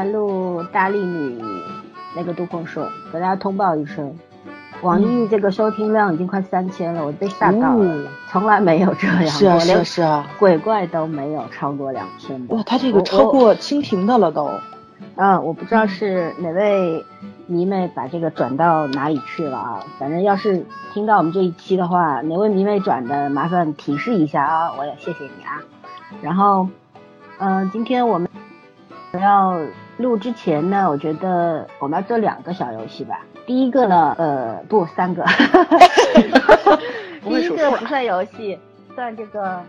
嗯大力女那个杜控社，给大家通报一声，网易这个收听量已经快三千了，我被吓到了，嗯，从来没有这样过，是啊是连啊是啊，鬼怪都没有超过两千的哇，。他这我个超我过蜻蜓的了都。嗯，我不知道是哪位迷妹把这个转到哪里去了啊。反正要是听到我们这一期的话，哪位迷妹转的，麻烦提示一下啊，我也谢谢你啊。然后，嗯、今天我们要录之前呢，我觉得我们要做两个小游戏吧。第一个呢，呃，不，三个。 不第会一数个数啊不算游戏，算这个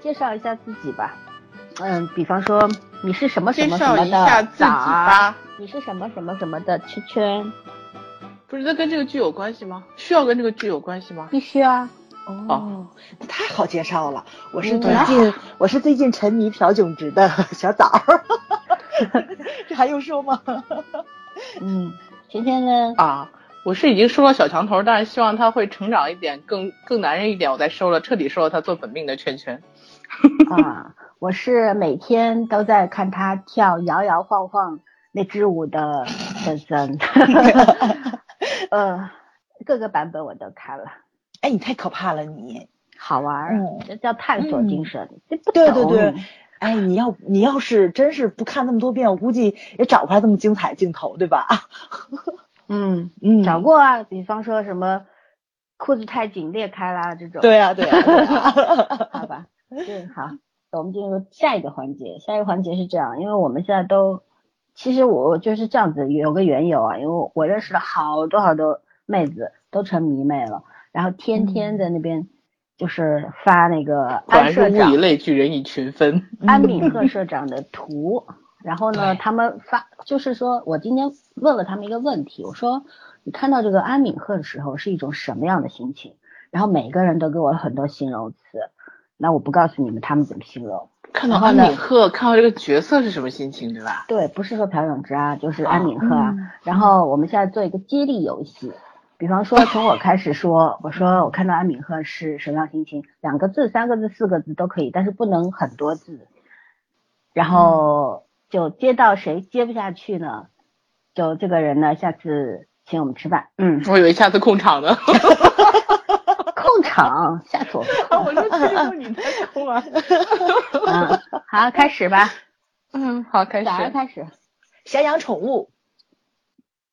介绍一下自己吧。嗯，比方说你是什么什介么什绍么一的下自己早啊吧。你是什么什么什么的圈圈？不是，这跟这个剧有关系吗？需要跟这个剧有关系吗？必须啊！哦，那太好介绍了。我是嗯最啊近，我是最近沉迷朴炯植的小枣 儿，这还用说吗？嗯，圈圈呢？啊，我是已经收了小墙头，但是希望他会成长一点，更更男人一点，我再收了，彻底收了他做本命的圈圈。啊，我是每天都在看他跳摇摇晃晃那支舞的森森。 呃，各个版本我都看了，哎，你太可怕了你！好玩儿，嗯这叫探索精神。这不对对懂对，哎，你要你要是真是不看那么多遍，我估计也找不出来这么精彩镜头，对吧？嗯，嗯，找过啊，比方说什么裤子太紧裂开啦这种。对啊，对啊，对 啊好吧，嗯，好， 我们进入下一个环节。下一个环节是这样，因为我们现在都，其实我就是这样子有个缘由啊，因为我认识了好多好多妹子，都成迷妹了，然后天天在那边就是发那个果安然是社物长以、类聚，人以群分。 安敏赫社长的图，然后呢，嗯对他们发就是说我今天问了他们一个问题，我说你看到这个安敏赫的时候是一种什么样的心情？然后每个人都给我很多形容词，那我不告诉你们他们怎么形容。看到然后安呢敏赫，看到这个角色是什么心情，对吧？对，不是说朴永植啊，就是安敏赫啊。嗯然后我们现在做一个接力游戏，比方 说从我开始说，我说我看到安敏赫是什么样心情，两个字、三个字、四个字都可以，但是不能很多字。然后嗯就接到谁接不下去呢？就这个人呢，下次请我们吃饭。 嗯，我以为下次控场呢，控场，下次我们 控。我说其实你在控啊。嗯，好，开始吧， 嗯，好，开早上始。开始想养宠物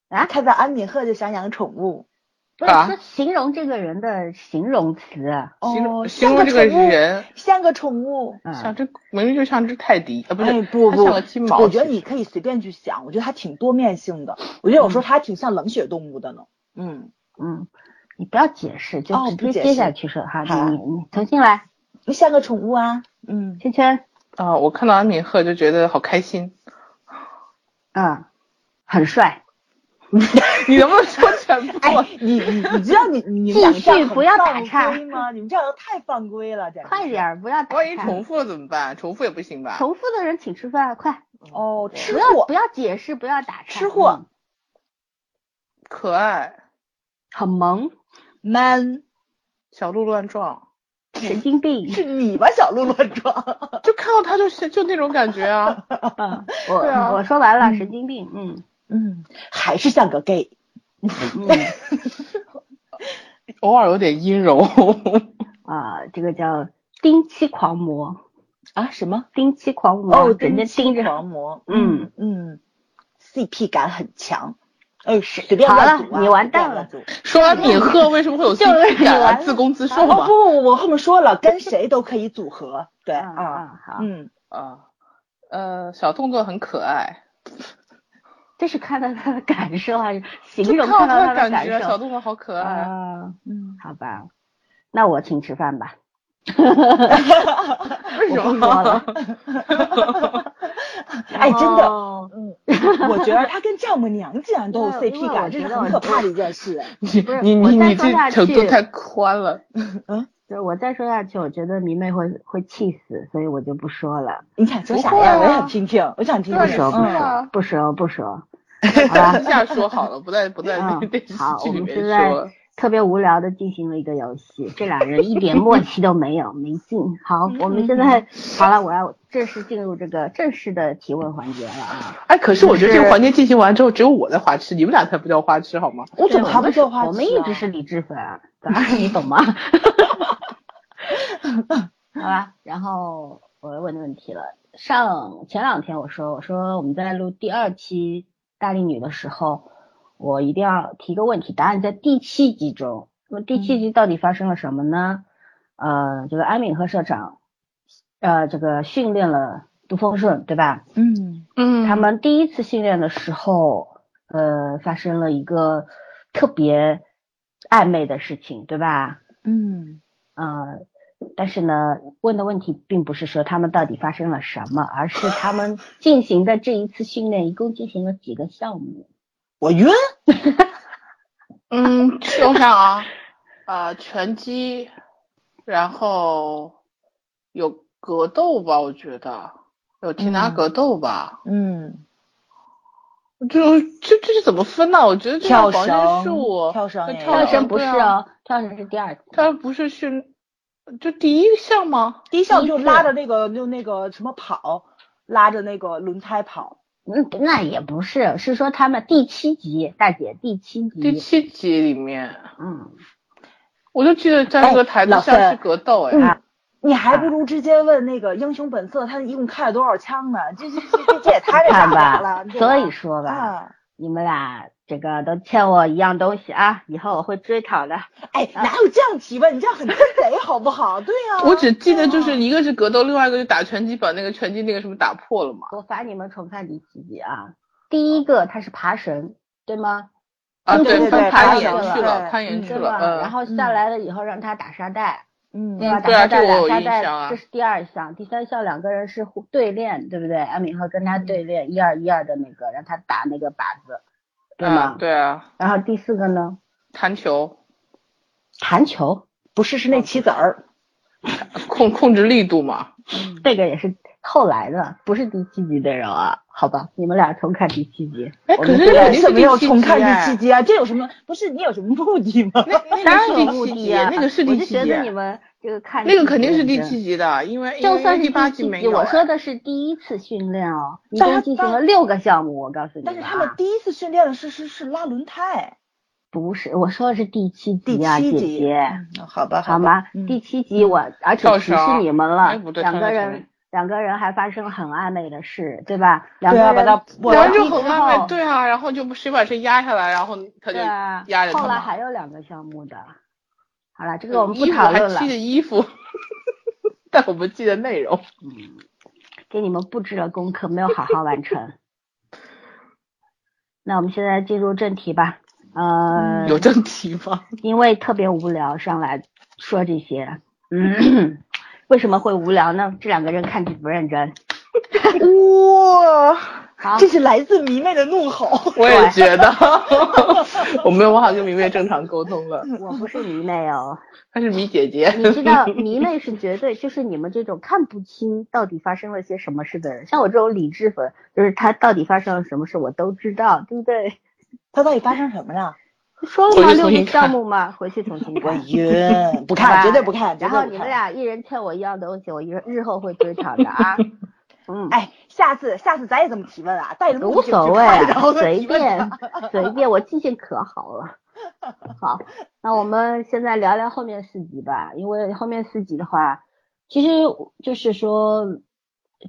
啊看到安敏赫就想养宠物。不是啊是形容这个人的形容词啊。形哦，容形容像这个宠物，嗯人，像个宠物。嗯像只明明就像只泰迪啊，不哎是，不它不，像个金毛。我觉得其你实可以随便去想，我觉得它挺多面性的。我觉得有时候它还挺像冷血动物的呢。嗯，嗯，你不要解释，就哦直接不解接释下去说哈。好你你重新来，你像个宠物啊。嗯，圈圈，啊，我看到安敏赫就觉得好开心。 嗯，很帅，你能不能说全部？啊哎，你你你知道你你你们俩继续这样很不要打犯岔规吗？你们这样太犯规了，简直快是点儿，不要打万一岔重复了怎么办？重复也不行吧？重复的人请吃饭，快，哦，吃不要货不要解释，不要打岔，吃货嗯可爱，很萌， man 小鹿乱撞，神经病， 是你吧？小鹿乱撞。就看到他就是就那种感觉啊。嗯，对啊我我说完了，嗯神经病， 嗯嗯，还是像个 gay。嗯 偶尔有点阴柔，啊，这个叫丁七狂魔，啊？什么？丁七狂魔，哦，整天盯着，狂魔。嗯嗯，CP 感很强。哎，随便好乱了组啊你完随便蛋乱了组说完敏赫为什么会 有就是自你感啊？完自攻自受 哦嘛。不，我后面说了， 跟谁都可以组合，对嗯啊，嗯好，嗯，啊，呃，小动作很可爱，这是看到他的感受还是就形容看到看到他他的的感感觉，小受？动作好可爱。啊。嗯，好吧，那我请吃饭 吧。为什我不说了么？ 哎，真的，哦，嗯，我觉得他跟丈母娘竟然都有因为因为 CP 感，我这觉是得我很可怕的一件事。你不是你我你再你说这下程度去太宽了。 就是我再说下去，我觉得迷妹会会气死，所以我就不说了，你想说啥不会呀？啊我想听听，我想听不对说啊不听。说嗯不说不说，好吧？ 私下说好了，不在不在那嗯个电视好剧我里们面现在说。特别无聊的进行了一个游戏，这俩人一点默契都没有，没劲。好，我们现在好了，我要正式进入这个正式的提问环节了啊！哎，可是我觉得这是个环节进行完之后，只有我在花痴，你们俩才不叫花痴好吗？我怎么对还不们叫是花我们痴一啊直是理智粉，当然你懂吗？ 好吧，然后我问问题了。上前两天我说，我说我们在录第二期大力女的时候，我一定要提个问题，答案在第七集中。那么第嗯七集到底发生了什么呢？呃，这个安敏和社长，呃，这个训练了杜丰顺，对吧？嗯嗯他们第一次训练的时候，呃，发生了一个特别暧昧的事情，对吧？嗯呃，但是呢，问的问题并不是说他们到底发生了什么，而是他们进行的这一次训练一共进行了几个项目。我晕，嗯，我想啊，呃，拳击，然后有格斗吧，我觉得有擒拿嗯格斗吧，嗯，就这这是怎么分呢？我觉得这跳个防身绳术，跳绳跟也跳跳有绳不是对啊，哦，跳绳是第二次。它不是训，就第一项吗？第一项就第一次拉着那个就那个什么跑，拉着那个轮胎跑。嗯，那也不是，是说他们第七集，大姐第七集，第七集里面，嗯，我就记得在这个台子老上是三格斗，哎，嗯，你还不如直接问那个《英雄本色》，他一共开了多少枪呢？这这这这也 太看傻傻了吧。，对所以说吧，啊，你们俩这个都欠我一样东西啊，以后我会追讨的。哎，哪有这样提问？你这样很鸡贼，好不好？对呀、我只记得就对是啊一个是格斗，另外一个就打拳击，把那个拳击那个什么打破了嘛。我罚你们重看第几集啊？第一个他是爬绳，对吗？啊，嗯对，对对他攀对岩对去了，对攀岩嗯去对了吧？，嗯。然后下来了以后让他打沙袋，嗯对吧？对啊打沙袋，这我有打沙印象袋，啊这是第二项。第三项两个人是互对练，对不对？安敏和跟嗯他对练一二一二的那个，让他打那个靶子，对吗啊？对啊，然后第四个呢？弹球弹球，不是是那棋子儿，控控制力度嘛。这个也是后来的，不是第七集的人啊，好吧？你们俩重看第七集。哎，我可们 是这那个为肯定什是么第要七重看集第哎七集啊？这有什么？不是你有什么目的吗？那那当然个有是目第的七集，啊！那个是我第就七觉集啊得，你们这个看那个肯定是第集很认七集的，因为真。因就为算是第八集七没集，有哎。我说的是第一次训练哦，一但共是进行当了六个项目，我告诉你但是了他们啊第一次训练的是是是拉轮胎，不是我说的是第七第啊，七姐集。姐，嗯好吧，好吧吗？，嗯 第七集我而且跳提示绳你们哎了不，对两跳个绳人两个人还发生很暧昧的事，对吧？两对个啊，人把他我然后然后就就很很暧暧昧昧，对啊，然后就不谁把谁压下来，然后他就对啊压着，他后来嘛呃还有两个项目的。好了，这衣个我们不服讨还论了披。着衣服， 但我不记得内容。嗯，给你们布置了功课，没有好好完成。那我们现在进入正题吧。呃，有正题吗？因为特别无聊，上来说这些。嗯， 为什么会无聊呢？这两个人看起不认真。哇，好，这是来自迷妹的怒 吼。我也觉得， 我没有办法跟明月正常沟通了。我不是迷妹哦，她是米姐姐，你知 道迷妹是绝对就是你们这种看不清到底发生了些什么事的人，像我这种理智粉，就是他到底发生了什么事我都知道，对不对？ 他到底发生什么了？说了回嘛，去六重个新项看目嘛，回去重 新看。晕， 不好吧看，绝对不看，绝然对后不你们看。俩一人欠我一样东西，我日日后会追偿的 啊。嗯，哎，下次下次咱也这么提问啊，带着目无的性所去谓啊看然后，再随提问便他随便，我记性可好了。好，那我们现在聊聊后面四集吧，因为后面四集的话，其实就是说，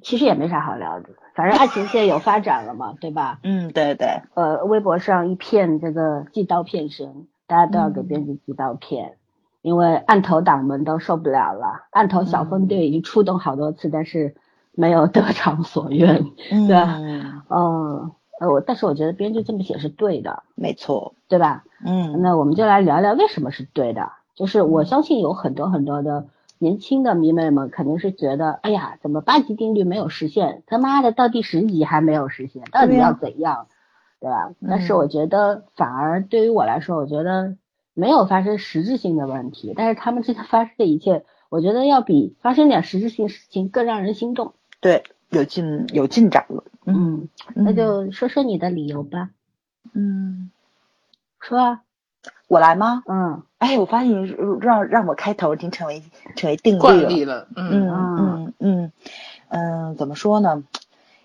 其实也没啥好聊的，反正爱情线有发展了嘛，对吧？嗯，对对，呃，微博上一片这个寄刀片声，大家都要给嗯编辑寄刀片，因为案头党们都受不了了。案头小分队已经出动好多次，但是没有得偿所愿。对啊嗯，嗯，呃，我但是我觉得编剧这么写是对的，没错，对吧？嗯那我们就来聊聊为什么是对的。就是我相信有很多很多的年轻的迷妹们肯定是觉得，哎呀，怎么八级定律没有实现？他妈的，到第十级还没有实现，到底对呀要怎样？对吧？但是嗯我觉得，反而对于我来说，我觉得没有发生实质性的问题，但是他们这个发生的一切，我觉得要比发生点实质性事情更让人心动。对，有进有进展了，嗯，那嗯就说说你的理由吧，嗯，说啊，我来吗？嗯哎，我发现你让让我开头已经成为成为定律惯了。例了，嗯嗯嗯嗯嗯，怎么说呢？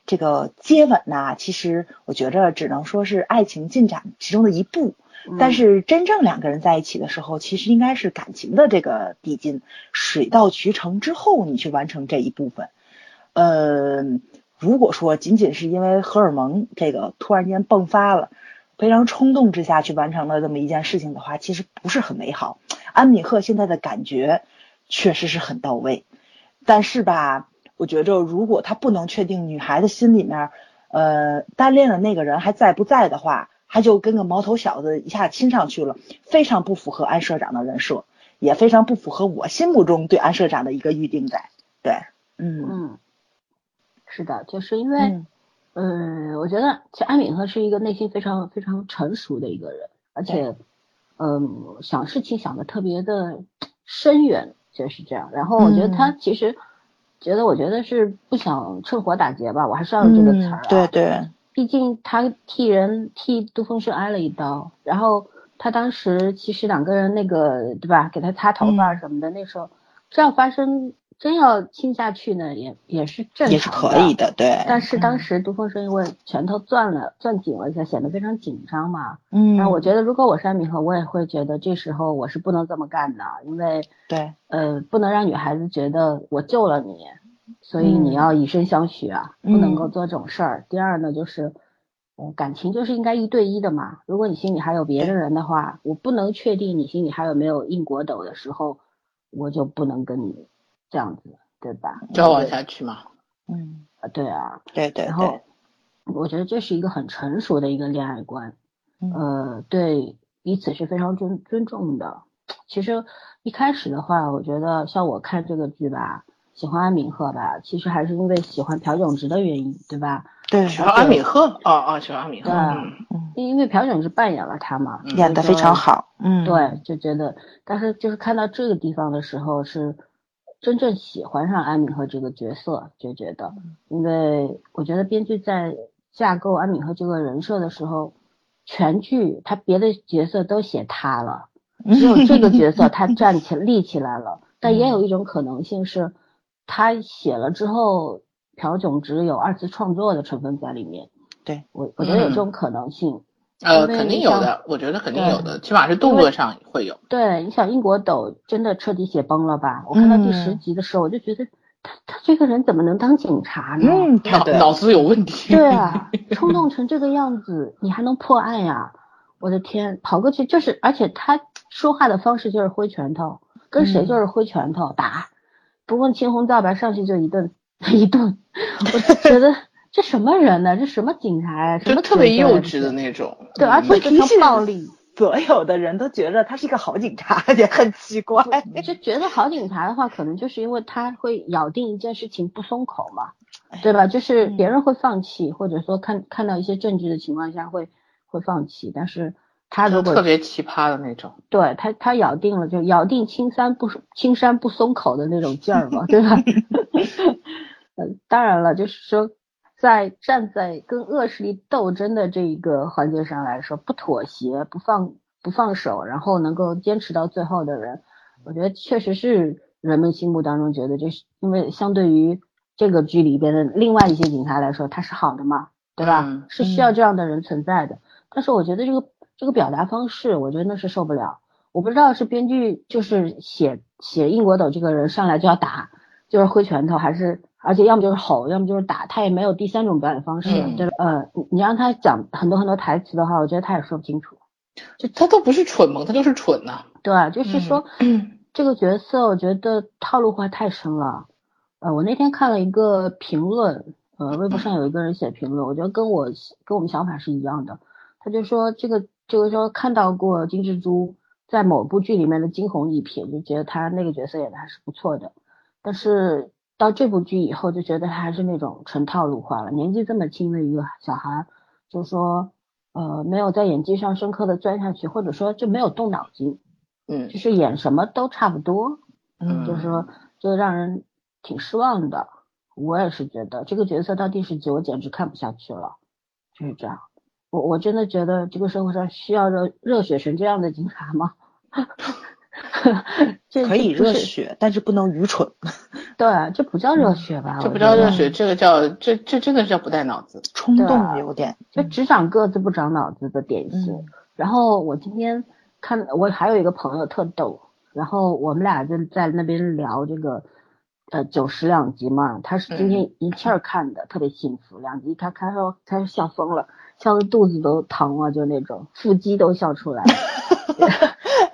这个接吻呐、其实我觉着只能说是爱情进展其中的一步。嗯但是真正两个人在一起的时候，其实应该是感情的这个递进，水到渠成之后，你去完成这一部分。呃，如果说仅仅是因为荷尔蒙这个突然间迸发了，非常冲动之下去完成了这么一件事情的话，其实不是很美好。安米赫现在的感觉确实是很到位，但是吧，我觉着如果他不能确定女孩子心里面，呃，单恋的那个人还在不在的话，他就跟个毛头小子一下亲上去了，非常不符合安社长的人设，也非常不符合我心目中对安社长的一个预定在。对，嗯嗯，是的，就是因为、嗯嗯，我觉得其实安敏赫是一个内心非常非常成熟的一个人，而且，嗯，想事情想的特别的深远，就是这样。然后我觉得嗯他其实觉得，我觉得是不想趁火打劫吧，我还是要有这个词儿、啊嗯，对对，毕竟他替人替杜风顺挨了一刀，然后他当时其实两个人那个对吧，给他擦头发嗯什么的，那时候这要发生真要亲下去呢，也也是正常的，也是可以的，对。嗯但是当时，时杜凤生因为拳头攥了攥紧了一下，显得非常紧张嘛。嗯，那我觉得如果我是安敏和，我也会觉得这时候我是不能这么干的，因为对，呃不能让女孩子觉得我救了你，所以你嗯要以身相许啊，嗯不能够做这种事儿。第二呢，就是嗯感情就是应该一对一的嘛。如果你心里还有别的人的话，我不能确定你心里还有没有硬果斗的时候，我就不能跟你这样子，对吧？交往下去嘛，嗯，啊对啊，对对然对后，我觉得这是一个很成熟的一个恋爱观，嗯呃，对彼此是非常尊尊重的。其实一开始的话，我觉得像我看这个剧吧，喜欢安敏赫吧，其实还是因为喜欢朴炯植的原因，对吧？对，喜欢阿米赫，哦哦，喜欢阿米赫，对啊嗯因为朴炯植扮演了他嘛，嗯演的非常好，嗯，对，就觉得，但是就是看到这个地方的时候，是真正喜欢上安敏赫这个角色，就觉得，嗯因为我觉得编剧在架构安敏赫这个人设的时候，全剧他别的角色都写他了， 嗯只有这个角色他站起立起来了。但也嗯有一种可能性是，他写了之后，朴炯植有二次创作的成分在里面。对嗯我，我觉得有这种可能性。呃，因为肯定你有像的，我觉得肯定对有的，起码是动因为作上会有。对，你想英国斗真的彻底写崩了吧？我看到第十嗯集的时候，我就觉得他他这个人怎么能当警察呢？嗯，太脑对了，脑子有问题。对啊，冲动成这个样子，你还能破案呀、我的天，跑过去就是，而且他说话的方式就是挥拳头，跟谁就是嗯挥拳头、打，不问青红皂白，上去就一顿 一顿。我就觉得这什么人呢？这什么警察呀、什就么特别角色呀幼这稚是的那种，对，而且嗯非常是暴力。所有的人都觉着他是一个好警察，也很奇怪。哎就觉得好警察的话，可能就是因为他会咬定一件事情不松口嘛，哎对吧？就是嗯别人会放弃，或者说看看到一些证据的情况下会会放弃，但是他就如果特别奇葩的那种。对他他咬定了，就咬定青山不青山不松口的那种劲儿嘛，对吧？ 呃，当然了，就是说。在站在跟恶势力斗争的这一个环节上来说，不妥协、不放不放手，然后能够坚持到最后的人，我觉得确实是人们心目当中觉得这是因为相对于这个剧里边的另外一些警察来说，他是好的嘛，对吧？嗯是需要这样的人存在的。但是我觉得这个这个表达方式，我真的是受不了。我不知道是编剧就是写写英国斗这个人上来就要打，就是挥拳头，还是而且要么就是吼，要么就是打，他也没有第三种表演方式，嗯对吧？呃，你你让他讲很多很多台词的话，我觉得他也说不清楚。就他都不是蠢萌，他就是蠢呐、对，就是说、这个角色，我觉得套路化太深了。呃，我那天看了一个评论，呃，微博上有一个人写评论，我觉得跟我跟我们想法是一样的。他就说这个就是说看到过金蜘蛛在某部剧里面的惊鸿一瞥，就觉得他那个角色演的还是不错的。但是到这部剧以后，就觉得他还是那种纯套路化了。年纪这么轻的一个小孩，就说呃没有在演技上深刻的钻下去，或者说就没有动脑筋。嗯就是演什么都差不多，嗯，就是说就让人挺失望的。我也是觉得这个角色到第十集我简直看不下去了，就是这样。我我真的觉得这个社会上需要热热血成这样的警察吗？ 这可以这不热是血，但是不能愚蠢。对，啊这不叫热血吧？嗯这我不觉叫热得血，这个叫这这真的是叫不带脑子。冲对动啊有点，就只长个子不长脑子的典型。嗯然后我今天看，我还有一个朋友特逗，然后我们俩就在那边聊这个，呃，九十两集嘛，他是今天一气儿看的，特别幸福，两集看看到他笑疯了，笑的肚子都疼了，就那种腹肌都笑出来了。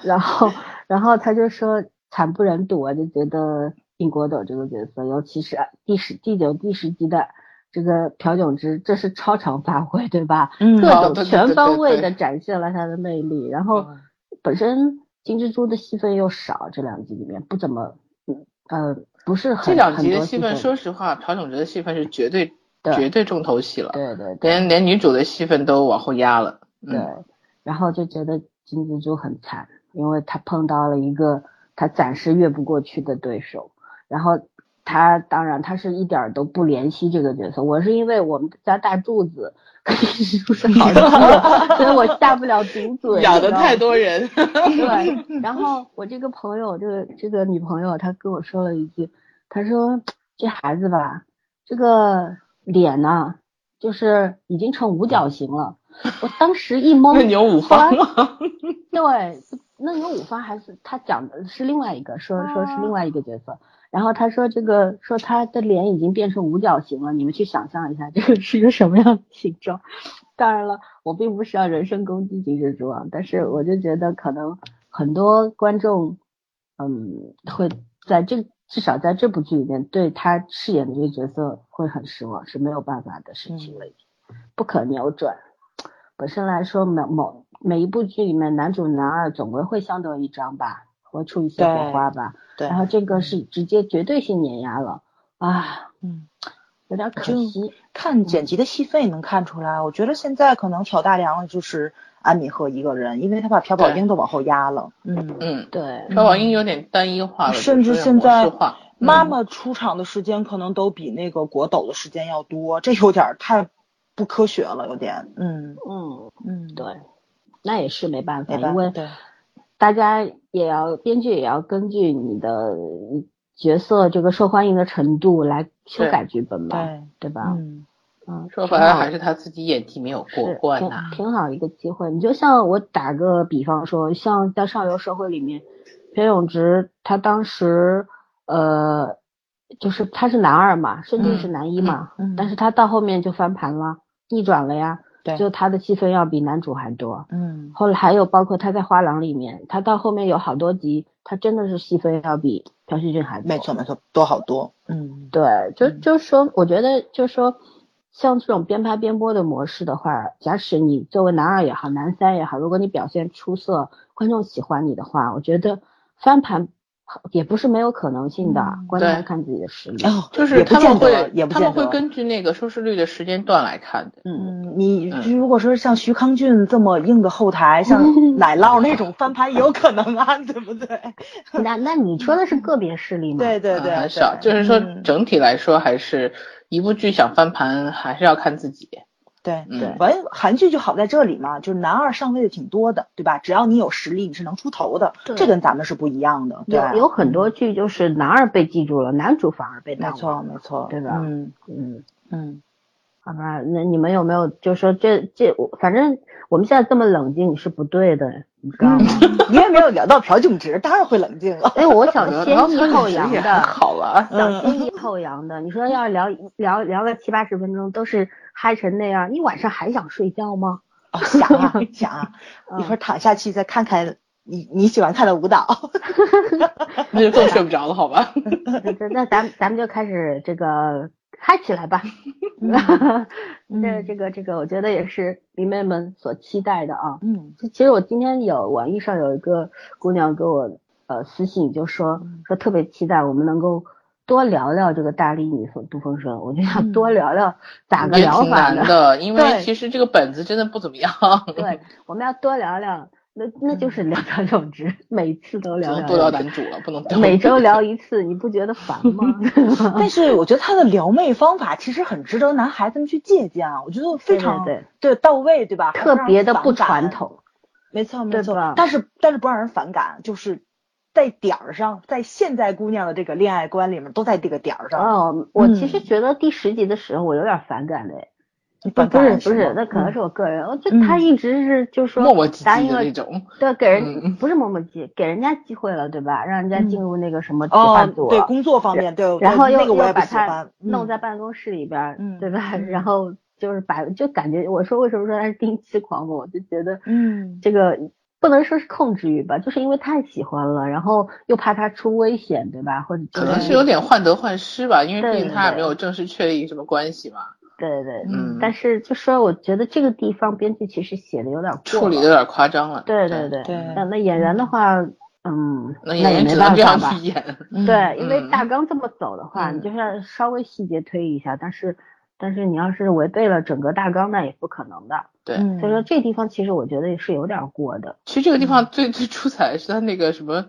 然后，然后他就说惨不忍睹啊，就觉得定国斗这个角色，尤其是第十、第九、第十集的这个朴炯植，这是超常发挥，对吧？嗯各哦种对对全对方对位对的展现了他的魅力。然后嗯本身金蜘蛛的戏份又少，这两集里面不怎么，嗯呃，不是很这两集很的多戏份份，，说实话，朴炯植的戏份是绝对对绝对重头戏了，对对对连连女主的戏份都往后压了。对嗯，，然后就觉得金蜘蛛很惨，因为他碰到了一个他暂时越不过去的对手，然后。他当然，他是一点儿都不怜惜这个角色。我是因为我们家大柱子跟金 蜘蛛是好朋友，所以我下不了毒嘴。 养你的知道太吗多人，对，然后我这个朋友，这个这个女朋友，她跟我说了一句，她说这孩子吧，这个脸呐，就是已经成五角形了。我当时一懵， 嫩牛五方后来了。对，那有五方还是他讲的是另外一个，说说是另外一个角色。然后他说这个说他的脸已经变成五角形了，你们去想象一下这个是一个什么样的形状。当然了，我并不是要人身攻击金蜘蛛啊，但是我就觉得可能很多观众，嗯，会在这至少在这部剧里面对他饰演的这个角色会很失望，是没有办法的事情了，已经不可扭转。本身来说，每某每一部剧里面，男主男二总归会相得益彰吧，会出一些火对花吧。对然，后这个是直接绝对性碾压了啊，嗯，有点可就惜。看剪辑的戏份也能看出来，我觉得现在可能挑大梁的就是安敏赫一个人，因为他把朴宝对英都往后压了，嗯，嗯，对，朴宝英有点单一化了，甚至就是现在模式化妈妈出场的时间可能都比那个国斗的时间要多，这有点太不科学了，有点，嗯嗯，嗯，对，那也是没办法，没办因法，为对，大家也要编剧也要根据你的角色这个受欢迎的程度来修对改剧本嘛，对对吧？嗯，嗯，说挺白了好还是他自己演技没有过是关挺呐。挺好一个机会。你就像我打个比方说，像在上流社会里面，裴勇植他当时呃，就是他是男二嘛，甚至是男一嘛，嗯嗯但是他到后面就翻盘了，逆转了呀，对，就他的戏份要比男主还多。嗯，后来还有包括他在花郎里面，他到后面有好多集，他真的是戏份要比朴叙俊还多。没错没错，多好多，嗯，对，就嗯就说，我觉得就说，像这种边拍边播的模式的话，假使你作为男二也好，男三也好，如果你表现出色，观众喜欢你的话，我觉得翻盘也不是没有可能性的，嗯观众对还看自己的实力。哦，就是也不他们见得会也，不他见们得会根据那个收视率的时间段来看的。嗯，嗯，你嗯如果说像徐康俊这么硬的后台， 像奶酪那种翻盘也有可能啊， 对不对？ 那那你说的是个别势力吗？对对嗯对，嗯很少。就是说，整体来说，还是一部剧想翻盘，还是要看自己。对。嗯对完，韩剧就好在这里嘛，就是男二上位的挺多的，对吧？只要你有实力，你是能出头的，对这跟咱们是不一样的，对嗯有有很多剧就是男二被记住了，男主反而被没淡错忘。没错，对吧嗯嗯。嗯，好吧，那你们有没有就说这这，我反正我们现在这么冷静是不对的，你知道嗯吗？ 你也没有聊到朴炯植，当然会冷静了。哎，我想然先后抑他后其实扬也还的，好了。想先抑后扬的。你说要是聊聊聊个七八十分钟，都是嗨成那样，你晚上还想睡觉吗？哦，想 啊想啊，嗯一会儿躺下去再看看你你喜欢看的 舞蹈。 那就更睡不着了，好 吧？那那那咱咱们就开始这个嗨起来吧。嗯嗯那这个这个，我觉得也是迷妹们所期待的啊。嗯其其实我今天有网易上有一个姑娘给我呃私信，就说说特别期待我们能够多聊聊这个大力女风杜风生，我就想嗯多聊聊咋个也聊挺法难呢？的，因为 对 其实这个本子真的不怎么样。对，我们要多聊聊那那嗯就是聊聊 有之，每次都只聊能聊多聊有男主了，不能之，多每周 聊一次，你不觉得烦吗？ 但是我觉得他的撩妹方法其实很值得男孩子们去借鉴啊，我觉得非常对对到位，对吧？特别的不让人反感传，统，没错没对吧错。但是但是不让人反感，就是在点儿上，在现在姑娘的这个恋爱观里面都在这个点儿上。哦，我嗯其实觉得第十集的时候我有点反感的，你不反感是不是吗，那可能是我个人，我觉嗯得他一直是就说 磨磨唧答唧应的了那，种。对，给人嗯不是磨磨唧，给人家机会了，对吧？让人家嗯进入那个什么铁哦饭组，，对工作方面，对，然后对又那个我也又不把喜他欢，弄嗯在办公室里边儿，嗯对吧？嗯然后就是把就感觉我说为什么说他是定期狂魔，我就觉得嗯这个不能说是控制欲吧，就是因为太喜欢了，然后又怕他出危险，对吧？或者可能对是有点患得患失吧，因为毕对竟对他对也没有正式确立什么关系嘛。对对，嗯，但是就说我觉得这个地方编剧其实写的有点过处理了的有点夸张了。对对对，对那那演员的话，嗯，那也演员没只办能这法样吧去。 演。嗯对，因为 嗯大纲这么走的话，嗯你就是稍微细节推一下，但是但是你要是违背了整个大纲，那也不可能的。对，嗯所以说这地方其实我觉得也是有点过的。其实这个地嗯方最最出彩的是他那个什么，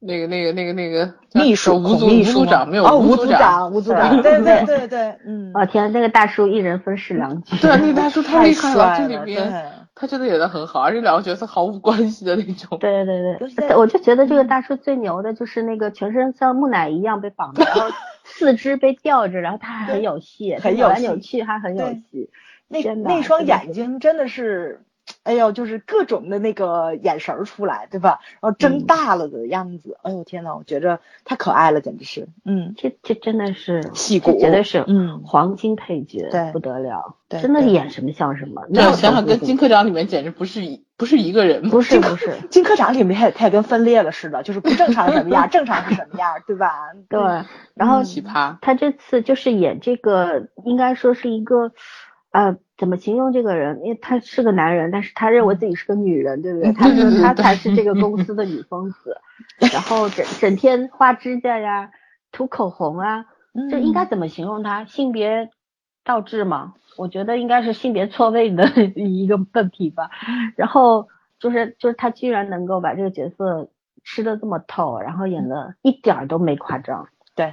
那个那个那个那个叫秘书什么吴孔组秘吴书组吗长没有哦，吴组组，长，吴组长，对对对 对，嗯，哦天，那个大叔一人分饰两角。对，那 个大叔太太厉害了，帅这了，里对边 他真的演的很好，而且两个角色毫无关系的那种。对对尤对其在嗯对，我就觉得这个大叔最牛的就是那个全身像木乃伊一样被绑着，然 后四肢被吊着，然后他还很有戏，很他扭来有戏扭去还很有对戏。那天哪那双真的是眼睛真的是，哎呦，就是各种的那个眼神儿出来，对吧？然后睁大了的样子，哎呦天呐，我觉着太可爱了，简直是，嗯，这这真的是戏这骨绝对是嗯黄金配角，对不得了，对真的对演什么像什么。对，那想想跟金科长里面简直不是一不是一个人。不是不是，金科长里面也他也跟分裂了似的，就是不正常是什么样，正常是什么样，对吧？嗯对，然后奇葩，他这次就是演这个，应该说是一个，呃，怎么形容这个人？因为他是个男人，但是他认为自己是个女人，对不对？嗯他对说对对他对才是这个公司的女疯子，然后整整天画指甲呀、涂口红啊，嗯这应该怎么形容他？性别倒置吗？我觉得应该是性别错位的 一个问题吧。然后就是就是他居然能够把这个角色吃的这么透，然后演的一点儿都没夸张。对，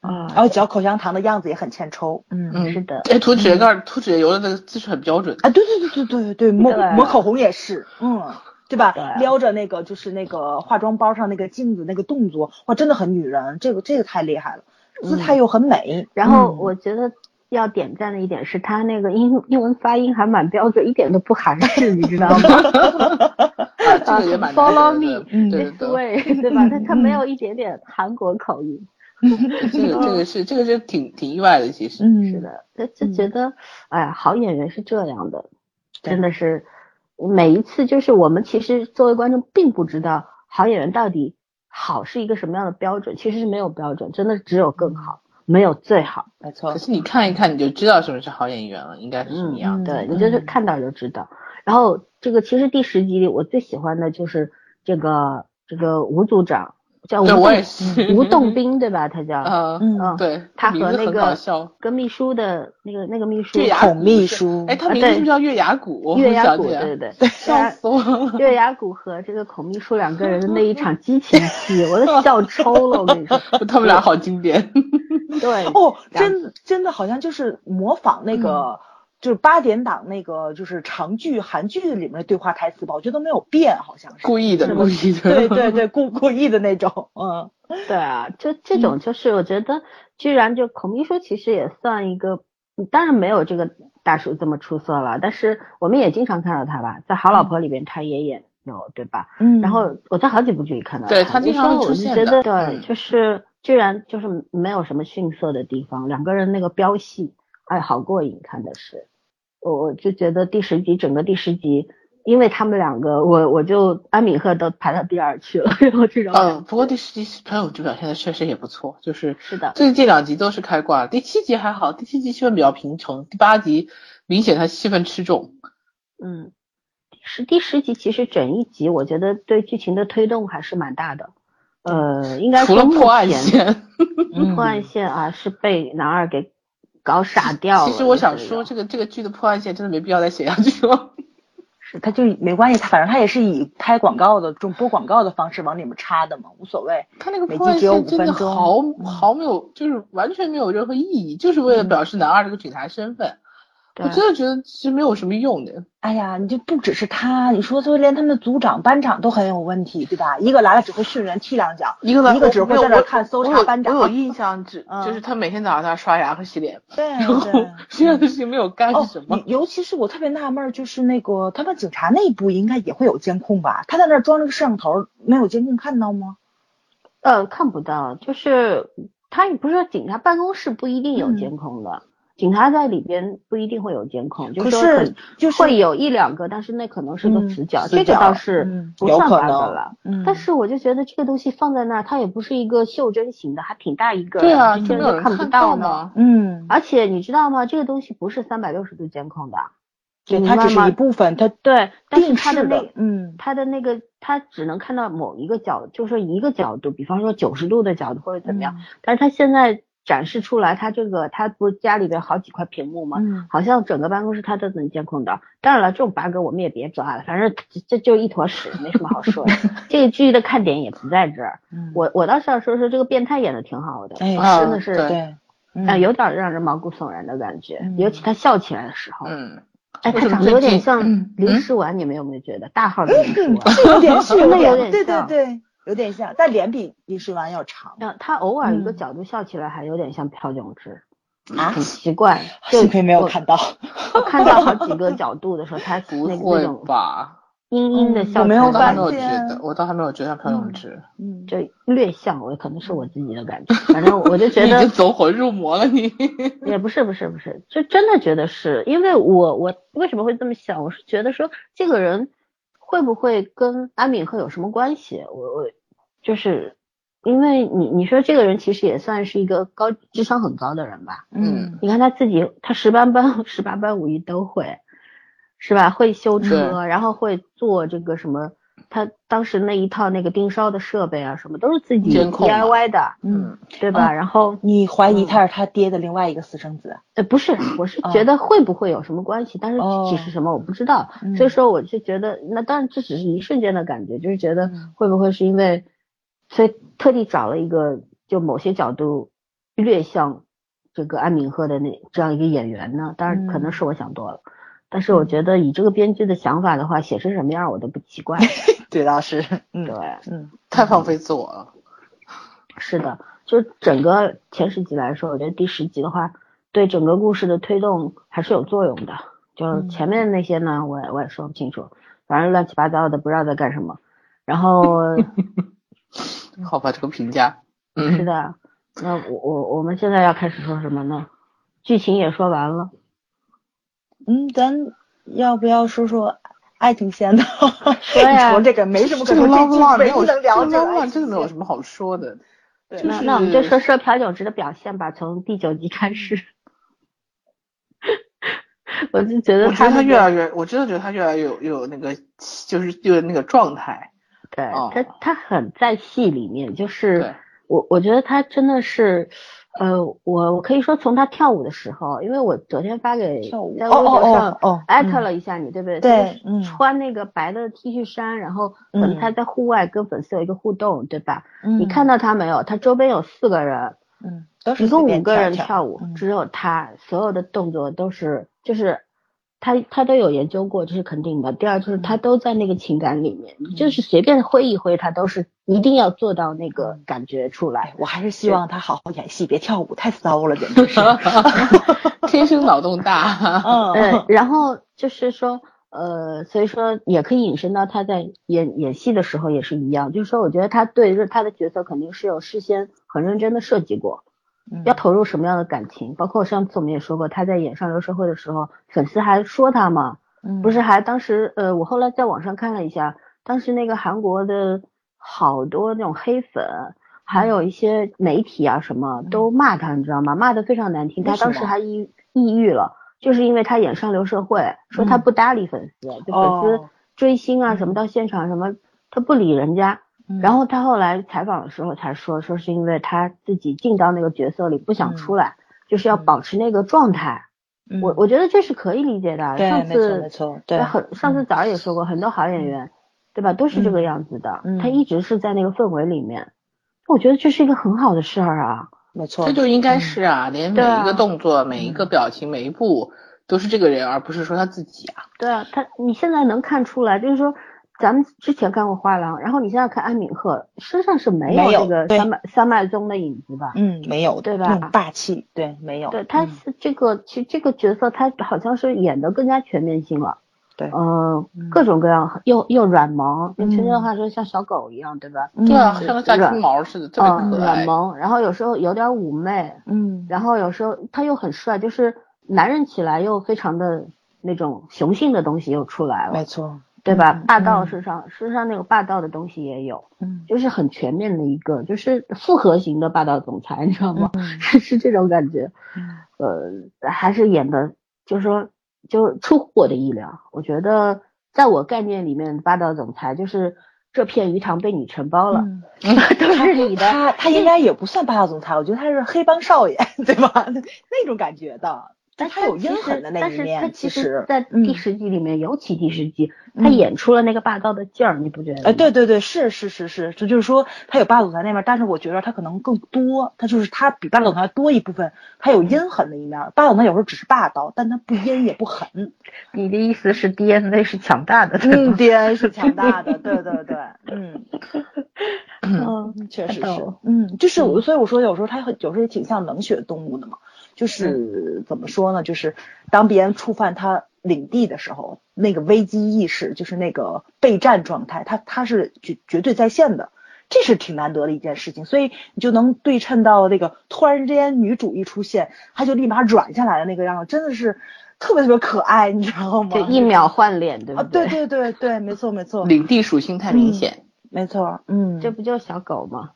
哦啊然后嚼口香糖的样子也很欠抽，嗯嗯，是的哎，涂指甲盖儿、涂指甲油的那个姿势很标准。啊，对对对对对对，抹对啊抹口红也是，嗯，对吧？对啊撩着那个就是那个化妆包上那个镜子那个动作，哇，真的很女人，这个这个太厉害了，姿态又很美。嗯然后嗯我觉得要点赞的一点是他那个英英文发音还蛮标准，一点都不韩式，你知道吗呃啊 这个 也蛮 Follow 难得的 me，对对？This 对， way，对 吧？但他没嗯有一点点韩国口音。这个嗯这个是这个是挺挺意外的，其实。嗯，是，的，就就嗯觉得，哎呀，好演员是这样的，对真的是每一次就是我们其实作为观众并不知道好演员到底好是一个什么样的标准，其实是没有标准，真的只有更好，嗯没有最好。没错可，是你看一看，你就知道什么是好演员了，应该是什么样嗯的。对你就是嗯看到就知道。然后这个其实第十集里我最喜欢的就是这个这个吴组长叫吴对，我栋也嗯是。 吴栋斌对吧？他叫、嗯，嗯，对，嗯他和名字那很个搞笑。跟秘书的那个那个秘书月牙孔秘书，哎，他啊名字对是不是叫月牙谷？月我牙想谷起来对 对对。笑死我了。月牙谷和这个孔秘书两个人的那一场激情 戏，我都笑抽了。我跟你说，他们俩好经典。对， 哦，真真的好像就是模仿那嗯个。就是八点档那个，就是长剧韩剧里面的对话台词吧，我觉得都没有变，好像是。故意的，是吧故意的。对对对，故故意的那种，嗯对啊，就嗯这种就是我觉得，居然就孔秘书其实也算一个，嗯当然没有这个大叔这么出色了，但是我们也经常看到他吧，在《好老嗯婆》里边他也演有，对吧？嗯然后我在好几部剧里看到对他经常会我出就现觉的得对，嗯就是居然就是没有什么逊色的地方，两个人那个飙戏，哎，好过瘾，看的是，我我就觉得第十集整个第十集，因为他们两个，我我就安敏赫都排到第二去了， 然后这种感嗯，觉不过第十集朋友就表现的确实也不错，就是是的最近两集都是开挂，第七集还好，第七集气氛比较平成，第八集明显他戏份吃重。嗯，第十第十集其实整一集，我觉得对剧情的推动还是蛮大的。呃，应该除说了目破案前 线，嗯嗯破案线啊是被男二给搞傻掉了。其实我想就是说，这个这个剧的破案线真的没必要再写下去了。他就没关系，他反正他也是以拍广告的这种播广告的方式往里面插的嘛，无所谓。他那个每破案集只有线五真的分钟毫嗯毫没有，就是完全没有任何意义，就是为了表示男二这个警察身份。我对真的觉得是没有什么用的。哎呀，你就不只是他，你说就连他们的组长、班长都很有问题，对吧？一个来了只会训人踢两脚，一个呢，一个我只会没有在那我看搜我查有班长我有 印象，只嗯就是他每天早上都要刷牙和洗脸，对啊然后 对。这样的事情没有干哦什，么你。尤其是我特别纳闷儿，就是那个他们警察内部应该也会有监控吧？他在那儿装了个摄像头，没有监控看到吗？呃，看不到，就是他也不是说警察办公室不一定有嗯监控的，警察在里边不一定会有监控，就可说是可就是会有一两个，但是那可能是个嗯死角，死这个角倒是嗯不有算可 bug 能了。嗯但是我就觉得这个东西放在那儿，它也不是一个袖珍型的，还挺大一个的，对啊，就就现没在有都人看不看到呢。吗？嗯，而且你知道吗？这个东西不是三百六十度监控的，对，你它明只白是吗一部分，它对，但是定它的式那的，嗯，它的那个，它只能看到某一个角，就是说一个角度，比方说九十度的角度或者怎么样。嗯但是它现在展示出来，它这个它不是家里边好几块屏幕吗？嗯？嗯，好像整个办公室它都能监控到。当然了，这种 bug 我们也别抓了，反正这这就一坨屎，没什么好 说的。这个剧的看点也不在这儿。嗯我我倒是要说说这个变态演的挺好的，哎啊真的是对啊、对，嗯有点让人毛骨悚然的感觉，嗯尤其他笑起来的时候，嗯，哎，我他怎么长得有最点近像嗯林嗯诗婉，你们有没有觉得大号的林诗 婉？ 有点是真的有点对对像对，有点像，但脸比李世完要长那他偶尔一个嗯角度笑起来还有点像朴炯植， 啊很奇怪。就幸亏没有我看到，我看到好几个角度的时候， 他不那那会种吧？阴阴的嗯笑我起没来，有我倒还办没法有觉见得，我倒还没有觉得像朴嗯永植， 嗯，就略像，我可能是我自己的感觉， 反正我就觉你已得经走火入魔了，你。 也不是不是不是，就真的觉得是因为我我为什么会这么想？我是觉得说这个人会不会跟安敏赫有什么关系？我我就是因为你你说这个人其实也算是一个高智商很高的人吧？嗯嗯你看他自己，他十八般 十八般武艺都会，是吧？会修车，然后会做这个什么。他当时那一套那个盯梢的设备啊，什么都是自己监控嘛 DIY 的，嗯，对吧？然后你怀疑他是他爹的另外一个私生子？呃，不 是，我是啊觉得会不会有什么关系，但是具体哦是什么我不知道，嗯所以说我就觉得，那当然这只是一瞬间的感觉，就是觉得嗯会不会是因为，所以特地找了一个就某些角度略像这个安敏赫的那这样一个演员呢？当然可能嗯是我想多了，但是我觉得以这个编剧的想法的话，写成什么样我都不奇 怪。 对，倒是，对嗯，嗯，太放飞自我了。是的，就整个前十集来说，我觉得第十集的话，对整个故事的推动还是有作用的。就嗯前面那些呢，我也我也说不清楚，反正乱七八糟的，不知道在干什么。然 后嗯好吧，这个评价，是嗯，的，那我我我们现在要开始说什么呢？剧情也说完了，嗯，咱要不要说说爱情线呢？ 对呀你从这个没什么可这个说，浪浪这没剧唯有，一这能个聊这浪个爱浪真情的没有线什么好说的。对就那是那我们就说说朴炯植的表现吧，从第九集开始。 我就觉得 嗯我觉他得他那越个来越，我真的觉得他越来越有有那个，就是有那个状态。对、哦他，他很在戏里面，就是对我我觉得他真的是，呃，我我可以说从他跳舞的时候，因为我昨天发给跳舞在微哦哦博哦上哦艾嗯特了一下你，对不对？对他就是嗯穿那个白的 T 恤衫，然后可能嗯他在户外跟粉丝有一个互动，对吧？嗯你看，到他没有？他周边有四个人，嗯，都是一共随便五个人跳跳舞，嗯只有他所有的动作都是，就是他他都有研究过，这是肯定的。第二就是嗯他都在那个情感里面，就是随便挥一挥，他都是一定要做到那个感觉出来哎。，我还是希望他好好演戏，别跳舞，太骚了，简直是。 天生脑洞 大，嗯嗯，，然后就是说，呃，所以说也可以引申到他在演演戏的时候也是一样，就是说，我觉得他对就是他的角色肯定是有事先很认真的设计过，嗯要投入什么样的感情，包括上次我们也说过，他在演《上流社会》的时候，粉丝还说他嘛，嗯不是还当时呃，我后来在网上看了一下，当时那个韩国的好多那种黑粉，还嗯有一些媒体啊什么都骂他，你知道吗？骂的非常难听，为他什当时么还抑抑郁了，就是因为他演《上流社会》，说他嗯不搭理粉丝，就粉丝哦追星啊什么到现场什么，他不理人家。嗯然后他后来采访的时候才说，说是因为他自己进到那个角色里不想出来，就是要嗯保持那个状态，嗯我我觉得这是可以理解的。对，上没错没次错，对，很上次早上也说过，很多好演员，对吧，都是这个样子的，嗯他一直是在那个氛围里面。我觉得这是一个很好的事儿啊，没错，这就应该是啊，嗯连每对啊一个动作、每一个表情、每一步都是这个人，而不是说他自己啊。对啊，他你现在能看出来，就是说咱们之前看过《花郎》，然后你现在看安敏赫身上是没没有这个对三脉三脉宗的影子的，嗯，没有，对吧那种霸气，对，没有，对，他嗯是这个，其实这个角色他好像是演的更加全面性了。对呃嗯，各种各样，又又软萌，用陈嗯真的话说像小狗一样，对吧？嗯对啊，像个炸软金毛似的，特嗯，别可软爱。萌，然后有时候有点妩媚，嗯，然后有时候他又很帅，就是男人起来又非常的那种雄性的东西又出来没了，错，对吧嗯？霸道嗯身上身上那种霸道的东西也有，嗯，就是很全面的一个，就是复合型的霸道总裁，你知道吗？嗯是 是这种感觉。呃，还是演的，就是说，就出乎我的意料。我觉得，在我概念里面，霸道总裁就是这片鱼塘被你承包了，嗯 都是你的。他他应该也不算霸道总裁，我觉得他是黑帮少爷， 对吧？那种感觉的，但他有其阴实狠的那但一是面，他其其实实，在嗯第十集里面，尤其第十集，他嗯演出了那个霸道的劲儿，你不觉得吗？呃，对对对，是是是是，这就是说他有霸道总裁那面，但是我觉得他可能更多，他就是他比霸道总裁多一部分，他有阴狠的一面。霸道总裁有时候只是霸道，但他不阴也不狠。你的意思是 DNA 是强大的， 嗯，DNA 是强大 的，对对对，嗯，嗯，嗯确实太逗是了，嗯，就是我，嗯所以我说有时候他很有时候也挺像冷血动物的嘛，就是、怎么说呢，就是当别人触犯他领地的时候，那个危机意识，就是那个备战状态，他他是绝绝对在线的。这是挺难得的一件事情，所以你就能对称到那个突然之间女主一出现，她就立马软下来的那个样子，真的是特别特别可爱，你知道吗？就一秒换脸，对不啊，对对对对，没错没错领地属性太明显。没错，嗯，这不就是小狗吗？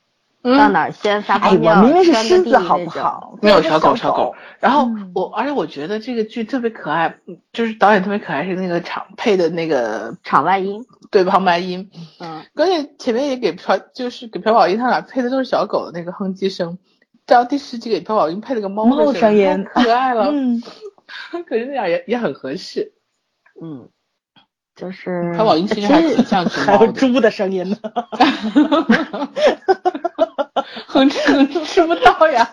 嗯到哪儿先撒哎，泡尿，我明明是钻个狮地子，好那不种？好？没有这是小狗，小狗。然后嗯我，而且我觉得这个剧特别可爱，嗯就是导演特别可爱，是那个场配的那个场外音，对旁白音，嗯，关键前面也给朴，就是给朴宝英他俩配的都是小狗的那个哼唧声，到第十集给朴宝英配了个猫猫的声音太可爱了。嗯， 可是那样也也很合适。嗯，就是呃朴宝英其实还挺像只还猫有的，猪的声音呢。哼哧吃不到呀。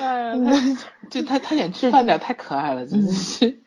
哎呀，他就他他演吃饭点儿太可爱了，真的是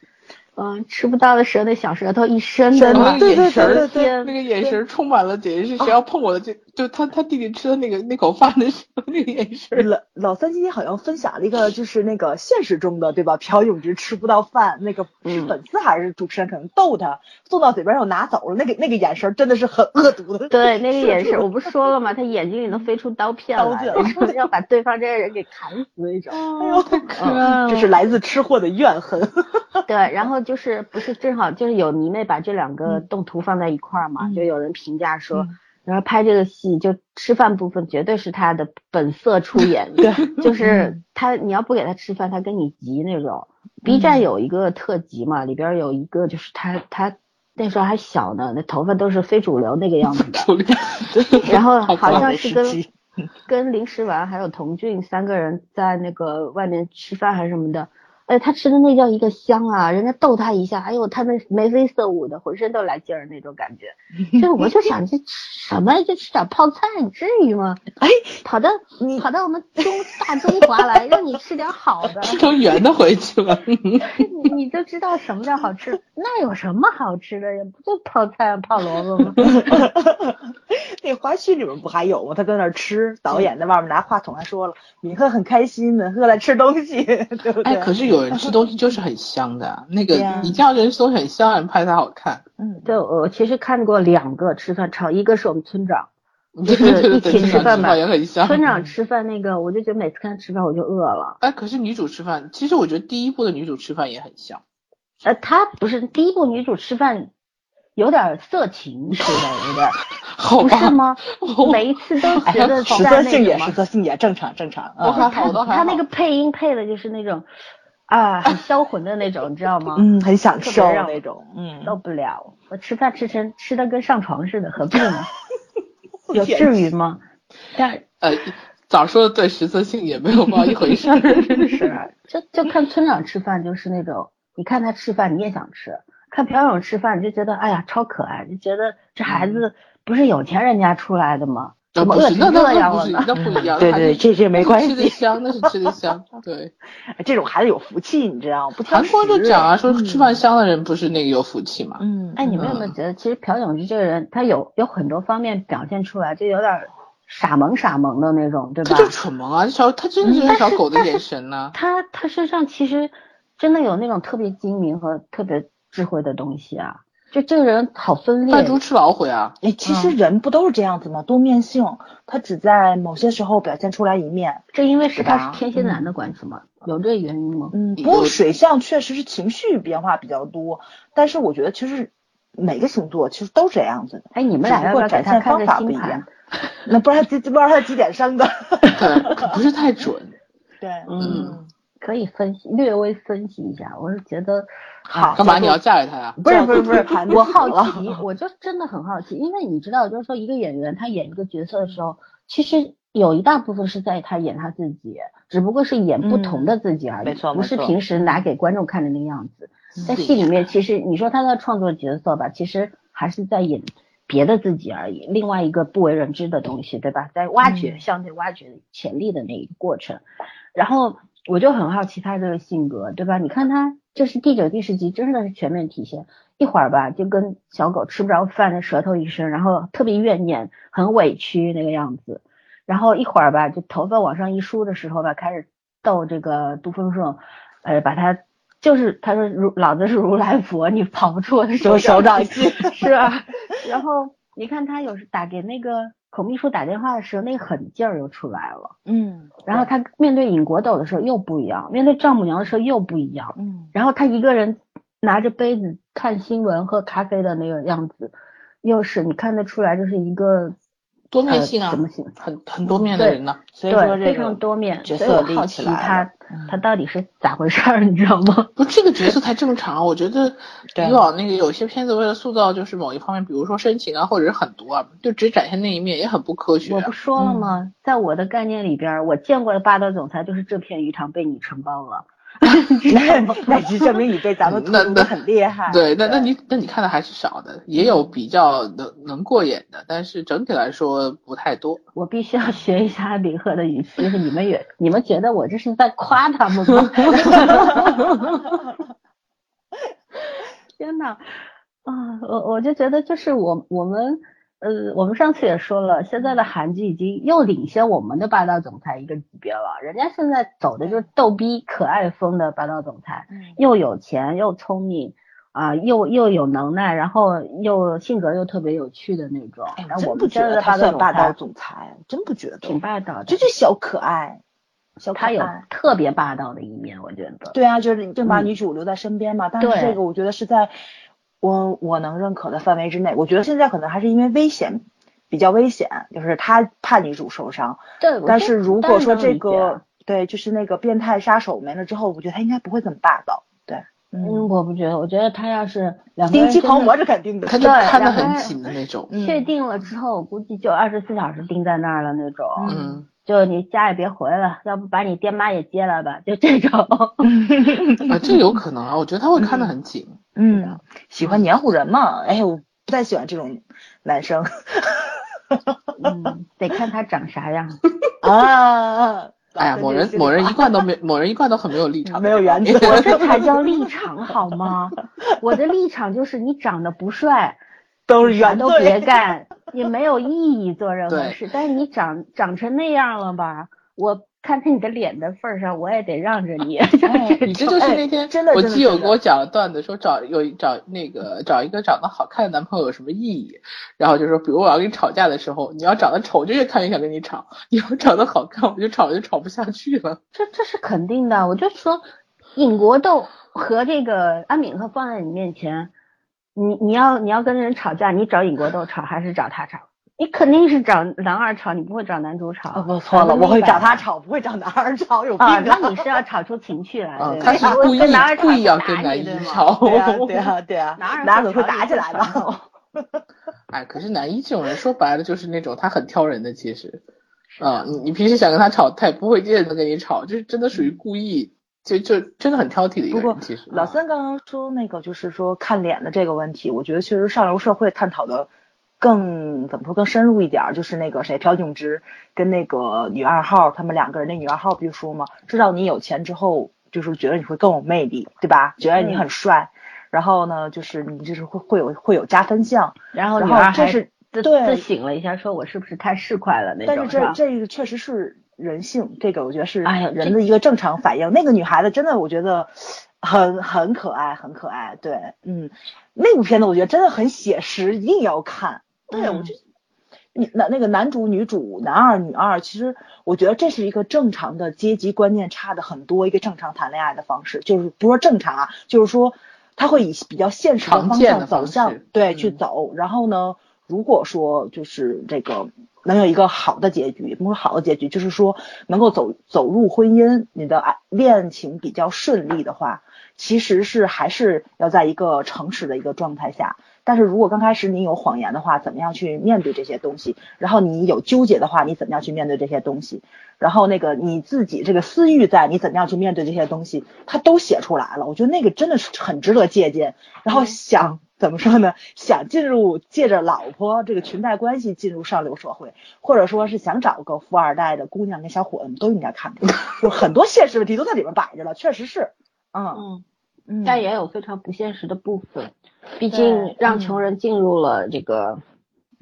嗯，吃不到的蛇，那小舌头一伸的伸那的对个眼对神对儿，对对天那个眼神儿充满了，简直是谁要碰我的就就他他弟弟吃的那个那口饭的时候那个眼神儿。老老三今天好像分享了一个，就是那个现实中的，对吧？朴永植吃不到饭，那个是嗯粉丝还是主持人可能逗他，送到嘴边又拿走了，那个那个眼神真的是很恶毒 的。对，那个眼神，我不是说了 吗？他眼睛里都飞出刀片哦刀来片了，然后要把对方这个人给砍死那种。哎 呦，太可爱了！哦这是来自吃货的怨恨。 对，然后就是不是正好就是有迷妹把这两个动图放在一块儿嘛，嗯就有人评价说，嗯然后拍这个戏就吃饭部分绝对是他的本色 出演，对，嗯就是他你要不给他吃饭，他跟你急那种。B 站有一个特辑嘛，里边有一个就是他他那时候还小呢，那头发都是非主流那个样子的，主力， 然后好好棒像的是时跟 机跟林诗婉还有童俊三个人在那个外面吃饭还是什么的，哎，他吃的那叫一个香啊！人家逗他一下，哎呦，他那眉飞色舞的，浑身都来劲儿那种感 觉。就是我就想，这吃什么？就吃点泡菜，至于吗？哎，跑到你跑到我们中大中华来，让你 吃点好的，吃成圆的回去了。你你就知道什么叫好吃。那有什么好吃的呀？不就泡菜、啊泡萝卜吗？那花絮里面不还有吗？他在那儿吃，导演在外面拿话筒还说了，敏赫很开心呢，赫在吃东西， 对不对？哎，可是有人吃东西就是很香的，啊那个对啊呀你叫人吃东西很香，人拍它好看。 嗯， 对，我其实看过两个吃饭超，一个是我们村长，对对一对对，起村吃长饭吃吧饭也很香。村长吃饭那个，我就觉得每次看他吃饭我就饿了。哎，可是女主吃饭，其实我觉得第一部的女主吃饭也很香。呃，他不是第一部女主吃饭有点色情似的，有点好不吧，是吗？我每一次都 哎觉得实在则性那也个实嘛，则性也正常正常我啊。还好，我都还好。他那个配音配的就是那种啊很销魂的那种，你知道吗？嗯，很享特别受让那我种，受嗯，不了，我吃饭吃成吃 的跟上床似的，何必呢？有至于吗？但呃，早说的对，实质性也没有报一 回事儿。 是，就就看村长吃饭，就是那种你看他吃饭，你也想吃；看朴勇吃饭，你就觉得哎呀超可爱，就觉得这嗯孩子不是有钱人家出来的吗？那怎么不饿是，成这那那样不了是，呢？那不一 样。嗯对还对，是这这没那关是吃的系。香，那是吃的香。对，这种孩子有福气，你知道吗？不挑韩食。国就讲啊，说嗯吃饭，香的人不是那个有福气嘛。嗯，哎，你们有嗯没有觉得，其实朴勇植这个人，他有有很多方面表现出来，就有点傻萌傻萌的那种，对吧嗯他？就蠢萌啊，这小他真的就是小狗的眼神呐、他他身上其实真的有那种特别精明和特别智慧的东西啊。就这个人好分裂，扮猪吃老虎呀、哎，其实嗯人不都是这样子吗？多面性，他只在某些时候表现出来一面。这因为是对吧他是天蝎男的关系吗？有这原因吗？嗯，你不过就水象确实是情绪变化比较多，但是我觉得其实每个星座其实都是这样子的，哎，你我们俩要不要给展他现看方个法不星一盘样？。那不知道几不知道他几点生的？ 对，不是太准。对，嗯，可以分析，略微分析一下。我是觉 得，好，干嘛叫你做要嫁给他呀、不是不是不是，我好了。奇，我 就真的很好奇，因为你知道，就是说一个演员他演一个角色的时候，其实有一大部分是在他演他自己，只不过是演不同的自己而已，嗯没错不是没错平时拿给观众看的那个样子。嗯在戏里面，其实你说他的创作角色吧，其实还是在演别的自己而已，另外一个不为人知的东西，对吧？在挖掘、嗯相对挖掘潜力的那一个过程。然后我就很好奇他这个性格，对吧？你看他就是第九、第十集，真的是全面体现。一会儿吧，就跟小狗吃不着饭的舌头一伸，然后特别怨念，很委屈那个样子。然后一会儿吧，就头发往上一梳的时候吧，开始逗这个杜丰顺，呃，把他就是他说如老子是如来佛，你跑不出我的手手掌心，是吧？然后你看他有时打给那个孔秘书打电话的时候，那个狠劲儿又出来了。嗯，然后他面对尹国斗的时候又不一样，面对丈母娘的时候又不一样。嗯，然后他一个人拿着杯子看新闻喝咖啡的那个样子，又是你看得出来，就是一个多面性啊呃、怎么形很很多面的人呢、所以说对这非常个多面，角所以色我立好起奇来他了嗯他到底是咋回事儿，你知道吗？不，这个角色太正常。我觉得对以往那个有些片子为了塑造就是某一方面，比如说深情啊，或者是狠毒啊，就只展现那一面，也很不科学我啊、不说了吗？嗯在我的概念里边儿，我见过的霸道总裁就是这片鱼塘被你承包了。 那那就证明你被咱们 那荼毒的那很厉害。对，那那你那你看的还是少的，也有比较能能过眼的，但是整体来说不太多。我必须要学一下李贺的语气，就是你们也你们觉得我这是在夸他们吗？ 天呐，啊，我我就觉得就是我我们呃，我们上次也说了，现在的韩剧已经又领先我们的霸道总裁一个级别了，人家现在走的就是逗逼可爱风的霸道总裁，嗯又有钱又聪明。啊，又又有能耐，然后又性格又特别有趣的那种。哎，然后我我真们不觉现在得的他霸道总算霸道裁总裁，真不觉得，挺霸道的，就这小可爱，小可他有爱。特别霸道的一面，我觉得。对啊，就是就把嗯女主留在身边嘛。但是对这个我觉得是在我我能认可的范围之内。我觉得现在可能还是因为危险比较危险，就是他怕女主受伤。对，但是如果说这个对，就是那个变态杀手没了之后，我觉得他应该不会这么霸道。对，嗯，，我不觉得，我觉得他要是两个丁人机真狂的魔是肯定的。他就对看得两个人很紧的那种。嗯确定了之后，我估计就二十四小时盯在那儿了那种，嗯，就你家也别回了，要不把你爹妈也接来吧，就这种。啊，这有可能啊，我觉得他会看得很紧。嗯，喜欢黏糊人嘛？哎，我不太喜欢这种男生 嗯，得看他长啥 样。 啊。哎呀，某人某人一贯都没，某人一贯都很没有立场，没有原 则。我这才叫立场好吗？我的立场就是你长得不帅，都是啥原都罪别干，也没有意义做任何对事。但是你长长成那样了吧，我看在你的脸的份儿上，我也得让着 你。 哎你这就是那天、哎真的我真的基友真的给我讲的段子，说找有一找那个找一个长得好看的男朋友有什么意义？然后就说，比如我要跟你吵架的时候，你要长得丑，我就越看越想跟你吵；你要长得好看，我就吵就吵不下去了。这这是肯定的，我就说，尹国栋和这个安敏赫放在你面前，你你要你要跟人吵架，你找尹国栋吵还是找他吵？你肯定是找男二吵，你不会找男主吵。哦啊，我错了，我会找找他吵，不会找男孩吵，有病啊，啊！那你是要吵出情绪哎来啊的，，他是故意跟男二吵故意要打跟你男一对吗吵。 对 啊，对 啊，对啊，男二男会总会吵打你起会来烦 的。哎，可是男一这种人，说白了就是那种他很挑人的，其实啊、你你平时想跟他吵，他也不会借着跟你吵，就是真的属于故意，就就真的很挑剔的一个嗯不人过。其实啊啊老三刚刚说那个就是说看脸的这个问题，我觉得确实上流社会探讨的更怎么说更深入一点儿，就是那个谁朴炯植跟那个女二号他们两个人，那女二号不就说嘛，知道你有钱之后，就是觉得你会更有魅力，对吧？觉得你嗯很帅，然后呢，就是你就是会会有会有加分项，然后然女后儿这还是自对自省了一下，说我是不是太市侩了那但种，是是吧这这个确实是人性，这个我觉得是哎呀人这的一个正常反应。那个女孩子真的，我觉得很很可爱，很可爱。对，嗯，那部片子我觉得真的很写实，一定要看。对，我嗯就你那那个男主、女主、男二、女二，其实我觉得这是一个正常的阶级观念差的很多一个正常谈恋爱的方式，就是不说正常啊，就是说他会以比较现实的常方见向的走方向式，对，去嗯走。然后呢，如果说就是这个能有一个好的结局，不是好的结局，就是说能够走走入婚姻，你的爱恋情比较顺利的话，其实是还是要在一个诚实的一个状态下。但是如果刚开始你有谎言的话，怎么样去面对这些东西？然后你有纠结的话，你怎么样去面对这些东西？然后那个你自己这个私欲在，你怎么样去面对这些东西？他都写出来了，我觉得那个真的是很值得借鉴。然嗯后想怎么说呢？想进入借着老婆这个裙带关系进入上流社会，或者说是想找个富二代的姑娘跟小伙子们都应该看 过，就很多现实问题都在里面摆着了，确实是，嗯嗯，嗯，但也有非常不现实的部分，毕竟嗯让穷人进入了这个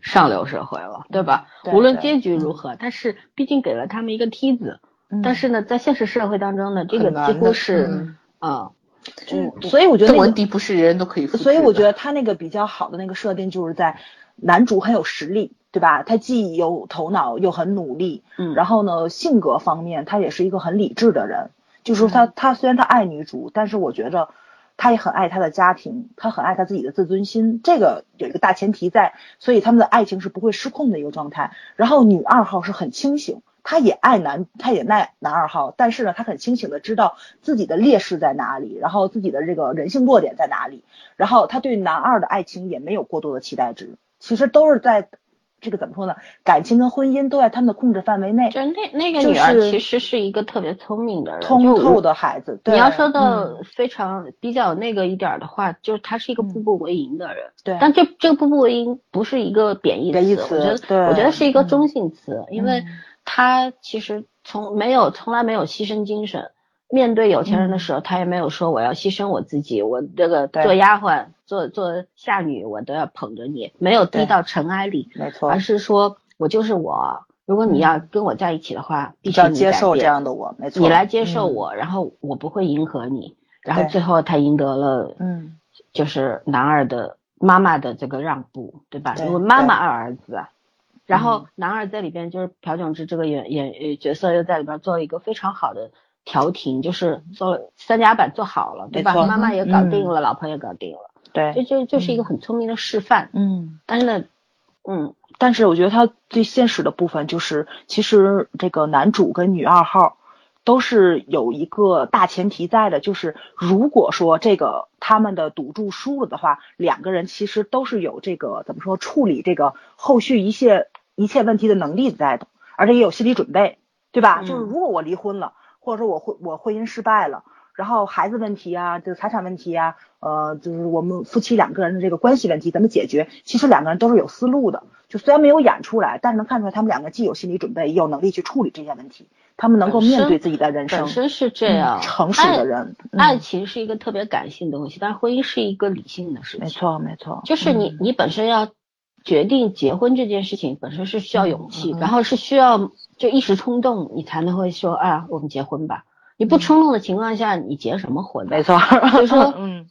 上流社会了，对吧？对无论对结局如何，但是毕竟给了他们一个梯子。嗯但是呢，在现实社会当中呢，这个很难几乎的是嗯啊，就是所以我觉得邓那个文迪不是人人都可以复制的，所以我觉得他那个比较好的那个设定就是在男主很有实力，对吧？他既有头脑又很努力，嗯然后呢，性格方面他也是一个很理智的人。就是说他、他虽然他爱女主，但是我觉着他也很爱他的家庭，他很爱他自己的自尊心，这个有一个大前提在，所以他们的爱情是不会失控的一个状态。然后女二号是很清醒，她也爱男，她也爱男二号，但是呢，她很清醒的知道自己的劣势在哪里，然后自己的这个人性弱点在哪里，然后她对男二的爱情也没有过多的期待值，其实都是在这个怎么说呢，感情跟婚姻都在他们的控制范围内，就那那个就女儿是其实是一个特别聪明的人，通就透的孩子。对你要说到嗯非常比较那个一点儿的话，就是她是一个步步为营的人。对，但这这个步步为营不是一个贬义贬义我觉词得我觉对得是一个中性词，因为嗯她其实从没有从来没有牺牲精神。面对有钱人的时候，她也没有说我要牺牲我自己，我这个嗯对做丫鬟、做做下女，我都要捧着你，没有低对到尘埃里。没错而，是说我就是我。如果你要跟我在一起的话，必须要你嗯接改受这变样的我，没错，你来接受嗯，我，然后我不会迎合你，然后对最后他赢得了，嗯，就是男二的妈妈的这个让步，对吧？对因为妈妈对爱嗯儿子啊，然后男二在里边就是朴炯植这个演演呃角色又在里边做了一个非常好的调停，就是做了三甲板做好了，对吧？没错妈妈也搞定嗯了，老婆也搞定了，这对，这就是一个很聪明的示范。嗯。但是呢，嗯，但是我觉得他最现实的部分就是，其实这个男主跟女二号都是有一个大前提在的，就是如果说这个他们的赌注输了的话，两个人其实都是有这个怎么说处理这个后续一切一切问题的能力在的，而且也有心理准备，对吧？嗯就是如果我离婚了，或者说我婚我婚姻失败了。然后孩子问题啊，这个财产问题啊，呃，就是我们夫妻两个人的这个关系问题怎么解决，其实两个人都是有思路的。就虽然没有演出来，但是能看出来他们两个既有心理准备，也有能力去处理这些问题，他们能够本身面对自己的人生本，身是这样，嗯成熟的人，嗯爱爱情是一个特别感性的东西，但是婚姻是一个理性的事没情。错没错，就是你、嗯你本身要决定结婚这件事情本身是需要勇气，嗯嗯然后是需要就一时冲动，你才能会说啊，我们结婚吧。你不冲动的情况下，你结什么婚呢？啊嗯没错，所以说 嗯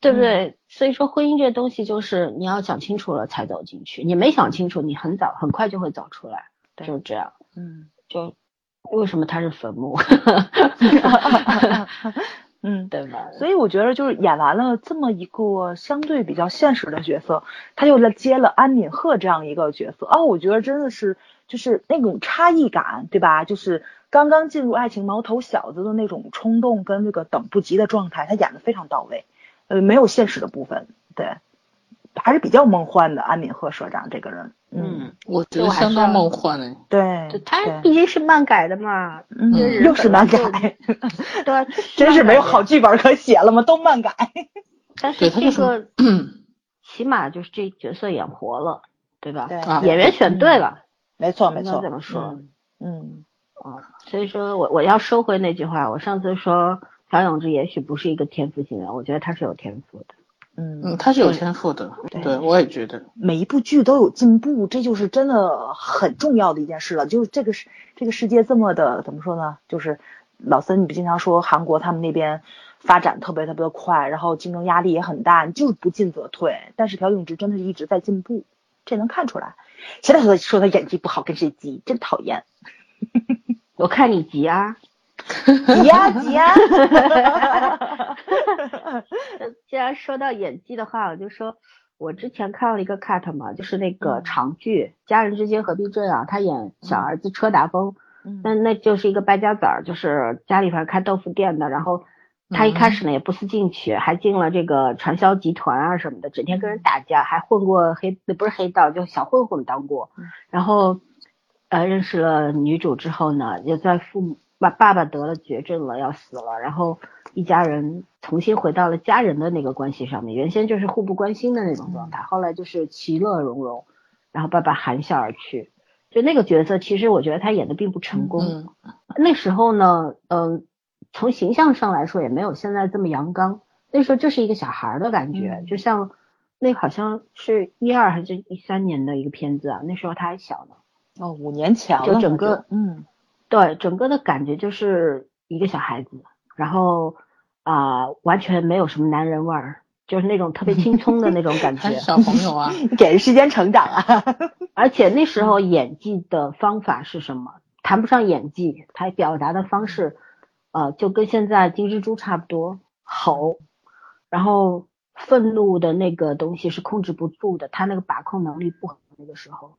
对不对？所以说婚姻这东西就是你要想清楚了才走进去，你没想清楚，你很早很快就会走出来，对就是这样。嗯 就为什么它是坟墓， 嗯。对吧？所以我觉得，就是演完了这么一个相对比较现实的角色，他又来接了安敏赫这样一个角色啊、我觉得真的是就是那种差异感，对吧？就是刚刚进入爱情毛头小子的那种冲动跟那个等不及的状态，他演的非常到位，呃，没有现实的部分，对，还是比较梦幻的。安敏赫社长这个人，嗯，我觉就得还相是当要梦幻的，对，就嗯，它对毕竟是漫改的嘛，嗯就是又是漫本来改， 对，真是没有好剧。剧本可写了吗？都漫改。但是对它这就是个 嗯起码就是这角色演活了，对吧？对，啊演员选对了，没错应没该错。这么说嗯嗯，所以说我我要收回那句话，我上次说朴永志也许不是一个天赋型人，我觉得他是有天赋的。嗯嗯，他是有天赋的，对对我也觉得，嗯每一部剧都有进步，这就是真的很重要的一件事了。就是这个世这个世界这么的怎么说呢？就是老森，你不经常说韩国他们那边发展特别特别的快，然后竞争压力也很大，你就是不进则退。但是朴永植真的是一直在进步，这能看出来。谁在说说他演技不好跟谁急，真讨厌。我看你急啊，急呀急呀！呃既然说到演技的话，我就说我之前看了一个 cut 嘛，就是那个嗯长剧《家人之间何必这样》，他演小儿子车达峰，那 嗯那就是一个败家子儿，就是家里反正开豆腐店的，然后他一开嗯始呢也不思进取，还进了这个传销集团啊什么的，整天跟人打架，还混过黑不是黑道，就小混混当过嗯。然后呃认识了女主之后呢，也在父母爸爸爸得了绝症了，要死了，然后一家人重新回到了家人的那个关系上面，原先就是互不关心的那种状态，嗯后来就是其乐融融，然后爸爸含笑而去。就那个角色，其实我觉得他演的并不成功。嗯那时候呢，嗯、从形象上来说也没有现在这么阳刚。那时候就是一个小孩儿的感觉，嗯就像那好像是一二还是一三年的一个片子啊，那时候他还小呢。哦，五年前了，就整个嗯对，整个的感觉就是一个小孩子，然后啊、完全没有什么男人味儿，就是那种 特别青葱的那种感他觉是。小朋 友啊，给人时间成长啊。而且那时候演技的方法是什么？谈不上演技，他表达的方式，呃，就跟现在金蜘蛛差不多，吼，然后愤怒的那个东西是控制不住的，他那个把控能力不好那个时候，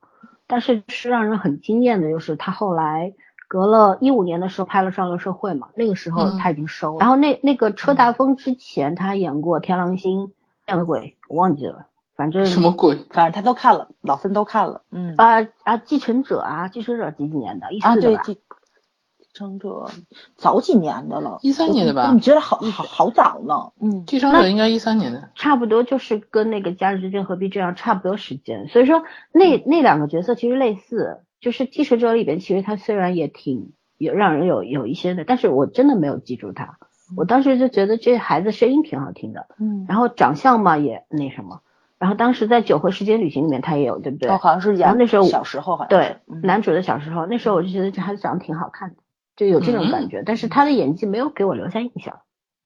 但是是让人很惊艳的，就是他后来隔了一五年的时候拍了《上流社会》嘛，那个时候嗯他已经收了，然后那那个车达峰之前他还演过《天狼星》《见鬼》，我忘记了，反正什么鬼？ 反正他都看了，老森都看了。嗯啊啊，继承者啊，继承者几几年的？一四啊，的对，吧？继承者早几年的了， 13年的吧你觉得好好好早呢？嗯继承者应该一三年的，差不多就是跟那个《家人之间何必这样》差不多时间。所以说嗯那那两个角色其实类似，就是继承者里边，其实他虽然也挺有让人有有一些的，但是我真的没有记住他。我当时就觉得这孩子声音挺好听的，嗯，然后长相嘛也那什么，然后当时在《九回时间旅行》里面他也有，对不对？哦，好像是然演后那时候小时候好像对是，嗯男主的小时候，那时候我就觉得这孩子长得挺好看的，就有这种感觉，但是他的演技没有给我留下印象，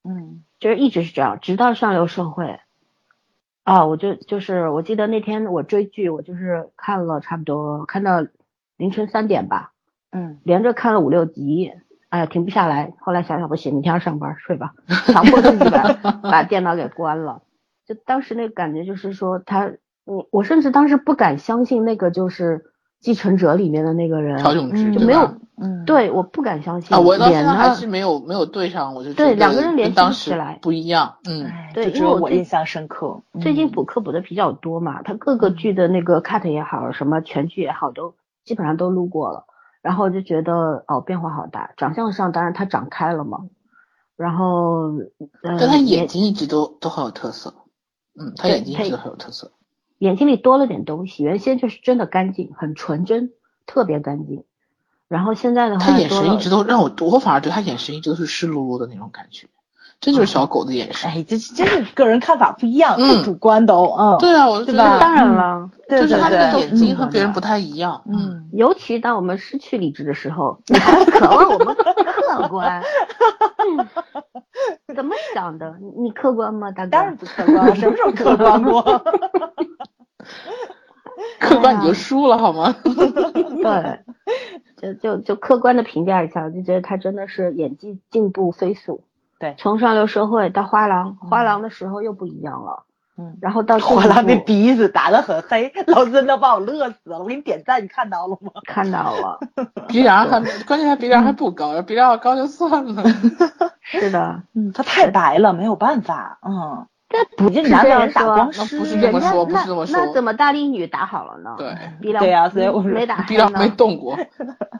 嗯就是一直是这样，直到上流社会。啊，我就就是我记得那天我追剧，我就是看了差不多看到凌晨三点吧，嗯，连着看了五六集，哎呀停不下来。后来想想不行，明天要上班，睡吧，强迫自己 把把电脑给关了。就当时那个感觉就是说他，我我甚至当时不敢相信那个就是继承者里面的那个人，朴炯植嗯就对没有吧嗯，对，我不敢相信啊，我到现脸在呢还是没有没有对上，我就觉对得两个人联系跟当不起时来不一样，嗯，哎，对就因只为有我我最印象深刻。最近嗯补课补的比较多嘛，他各个剧的那个 cut 也好，什么全剧也好，都基本上都录过了。然后我就觉得哦，变化好大，长相上当然他长开了嘛，然后呃，但他也眼睛一直都都很有特色，嗯，他对眼睛他一直都很有特色，眼睛里多了点东西，原先就是真的干净，很纯真，特别干净。然后现在的话，他眼多神了一直都让我，我反而对他眼神一直都是湿漉漉的那种感觉，这就是哦小狗的眼神。哎，这真是个人看法不一样，嗯太主观都嗯，对啊，我就对觉吧嗯那得当然了，对就是对他那个对，眼嗯睛和别人不太一样，嗯，嗯，尤其当我们失去理智的时候，你还渴望我们客观。嗯、怎么想的？你你客观吗，大哥？当然不客观，什么时候客观过？ 客观你啊就输了好吗？ 对，就就就客观的评价一下，我就觉得他真的是演技进步飞速。对从上流社会到花郎，花郎的时候又不一样了， 嗯，然后到这火一狼那步鼻子打得很黑，老孙都把我乐死了。我给你点赞，你看到了吗？看到了，鼻梁还关键他鼻梁还不高，要鼻 梁要高就算了。是的，嗯，他太白了，没有办法。嗯，这不是是难被道人打光说师不是这么那说不那是这么那说怎么大力女打好了呢？对，逼良对呀所以我说没打开逼到呢没动过，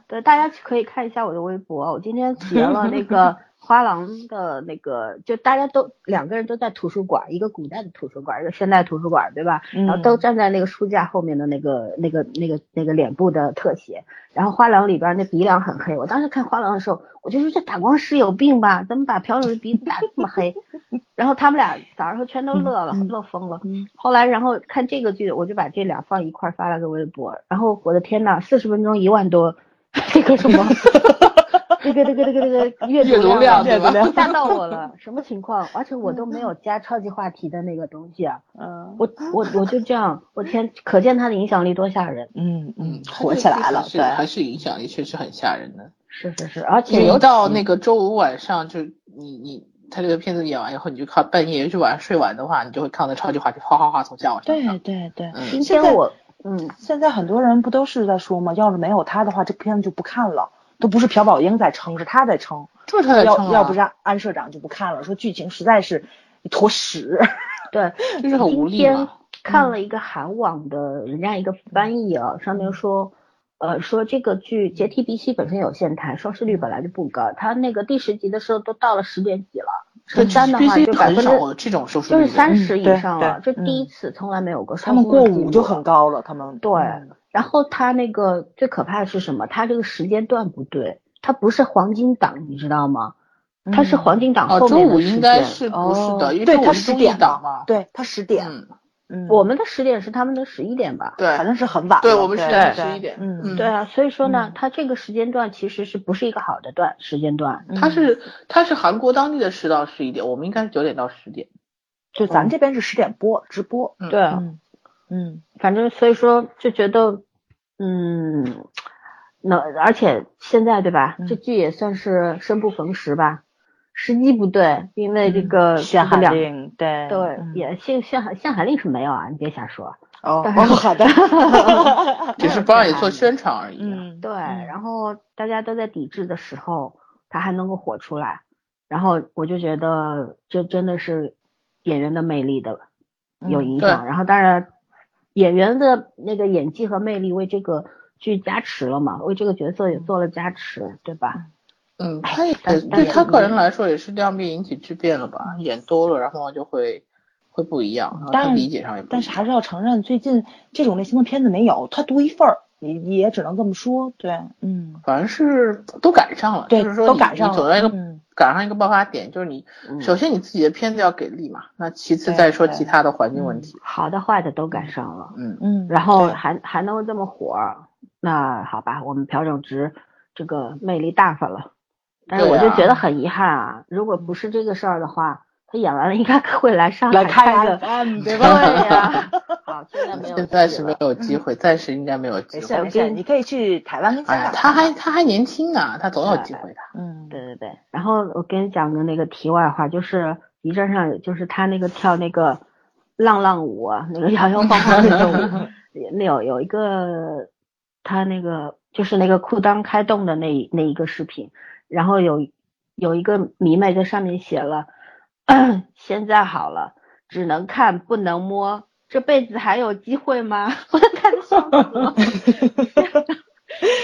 对，大家可以看一下我的微博，我今天截了那个花郎的那个，就大家都两个人都在图书馆，一个古代的图书馆，一个现代图书馆，对吧？嗯然嗯后都站在那个书架后面的那个那个那个那个脸部的特写，然后花郎里边那鼻梁很黑，我当时看花郎的时候，我就说这打光师有病吧，怎么把朴槿惠鼻子打这么黑？ 然后他们俩早上全都乐了，嗯嗯乐疯了。嗯后来，然后看这个剧，我就把这俩放一块儿发了个微博。然后我的天呐，四十分钟一万多，这个什么， 这个这个这个这个阅阅读啊读量阅对读吧？量吓到我了，什么情况？而且我都没 有加超级话题的那个东西啊，嗯我我我就这样，我天，可见它的影响力多吓人。嗯嗯，它火这起个来了还，是对，还是影响力确实很吓人的。是是是，而因且为有一到那个周五晚上，就你你他这个片子演完以后，你就看半夜，尤其晚上睡完的话，你就会看到超级话题哗哗哗从下往上对涨。对对。嗯今现天在我嗯，现在很多人不都是在说吗？要是没有他的话，这片子就不看了。都不是朴宝英在撑，是他在撑。就是他在要唱啊要不是安社长就不看了，说剧情实在是一坨屎。对，就是很无力今天嘛。看了一个韩网的人家一个翻译啊，上面说，呃，说这个剧《阶梯鼻息》本身有限台，收视率本来就不高，它那个第十集的时候都到了十点几了，对是单的必话须就百很分少有之这种收视就率是的，三十嗯对以上了，对这第一次从来没有过他上们过过的记五就录很高了，他们对嗯然后它那个最可怕的是什么？它这个时间段不对，它不是黄金档，你知道吗？它是嗯哦黄金档哦后，周面的五时间。哦应该是不是的，因为对周他五是十中艺点档嘛。对他十点，嗯，嗯，我们的十点是他们的十一点吧？对反正是很晚了，对，我们是对十一点。嗯对啊，所以说呢嗯，它这个时间段其实是不是一个好的段时间段？嗯他是他是韩国当地的十到十一点，我们应该是九点到十点。就咱哦这边是十点播直播，嗯对啊，嗯嗯反正所以说就觉得，嗯，那而且现在对吧嗯，这剧也算是生不逢时吧，时机不对，因为这个限这个韩两令对对嗯也限限韩限韩令是没有啊，你别瞎说。哦但哦好 的，只是不让你做宣传而已。啊嗯对，嗯然后大家都在抵制的时候，它还能够火出来，然后我就觉得这真的是演员的魅力的有嗯影对响。然后当然，演员的那个演技和魅力为这个剧加持了嘛，为这个角色也做了加持，对吧？嗯，他也哎但但对也他不个一人样来说也是量变引起质变了吧，演多了然后就会会不一样，然后但他是理解上也不一但样是还是要承认，最近这种类型的片子没有，它独一份儿，也也只能这么说，对，嗯，反正是都赶上了，对就是说都你赶上你走了到一个嗯赶上一个爆发点，就是你嗯首先你自己的片子要给力嘛，那其次对再说对其他的环境问题。嗯好的坏的都赶上了，嗯，嗯，然后对还还能够这么火，那好吧，我们朴正植这个魅力大发了。但是对我就啊觉得很遗憾啊，如果不是这个事儿的话，他演完了应该会来上海来看看一个嗯看，对对吧？ 呀、 好，现在没有戏了，啊现在是没有机会，暂时应该没有机没嗯会事。没事，你可以去台湾跟香哎呀，港。他还他还年轻呢，他总有机会的。嗯，对对对。然后我跟你讲个那个题外话，就是 B 站上有就是他那个跳那个浪浪舞啊，那个摇摇晃晃那种舞，那有有一个他那个就是那个裤裆开动的那一那一个视频，然后有有一个迷妹在上面写了， 现在好了，只能看不能摸，这辈子还有机会吗？ 我都看得笑死了。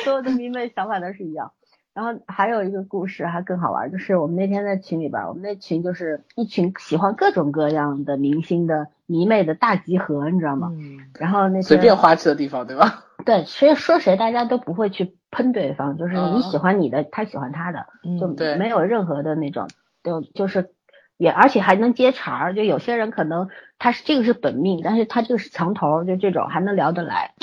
所有的迷妹想法都是一样。然后还有一个故事还更好玩，就是我们那天在群里边，我们那群就是一群喜欢各种各样的明星的迷妹的大集合，你知道吗？嗯，然后那随天便花痴的地方，对吧？对，所以说谁大家都不会去喷对方，就是嗯你喜欢你的，他喜欢他的，就嗯，对没有任何的那种，就就是也而且还能接茬儿，就有些人可能他是这个是本命，但是他这个是墙头儿，就这种还能聊得 来。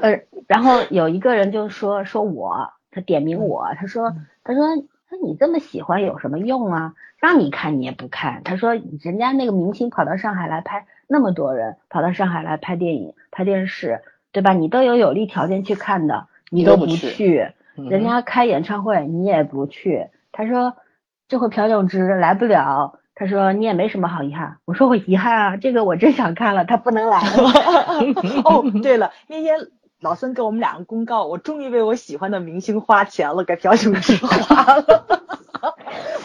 呃，然后有一个人就说说我，他点名我，嗯他说他说他说你这么喜欢有什么用啊？让你看你也不看。他说人家那个明星跑到上海来拍，那么多人跑到上海来拍电影、拍电视，对吧？你都有有利条件去看的，你你都不不去去嗯人家开演唱会你也不去，他说这回朴炯植来不了，他说你也没什么好遗憾。我说我遗憾啊，这个我真想看了，他不 能来了。 哦，对了，那天老孙给我们两个公 告，我终于为我喜欢的明星花钱了，给朴炯植花了。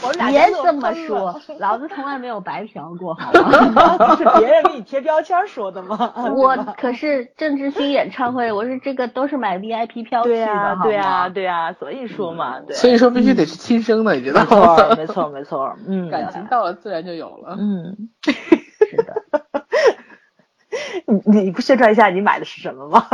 我们俩别真的这么疯说了，啊老子从来没有白嫖过， 好吗？是别人给你贴标签说的吗？我可是郑智薰演唱会，我是这个都是买 VIP 票去对的，呀好吗对呀，对呀，所以说嘛，对，所以说必须得是亲生的，你知没道吗？错，没错，没错，嗯，感情到了自然就有了。 嗯，是的， 你你不宣传一下你买的是什么吗？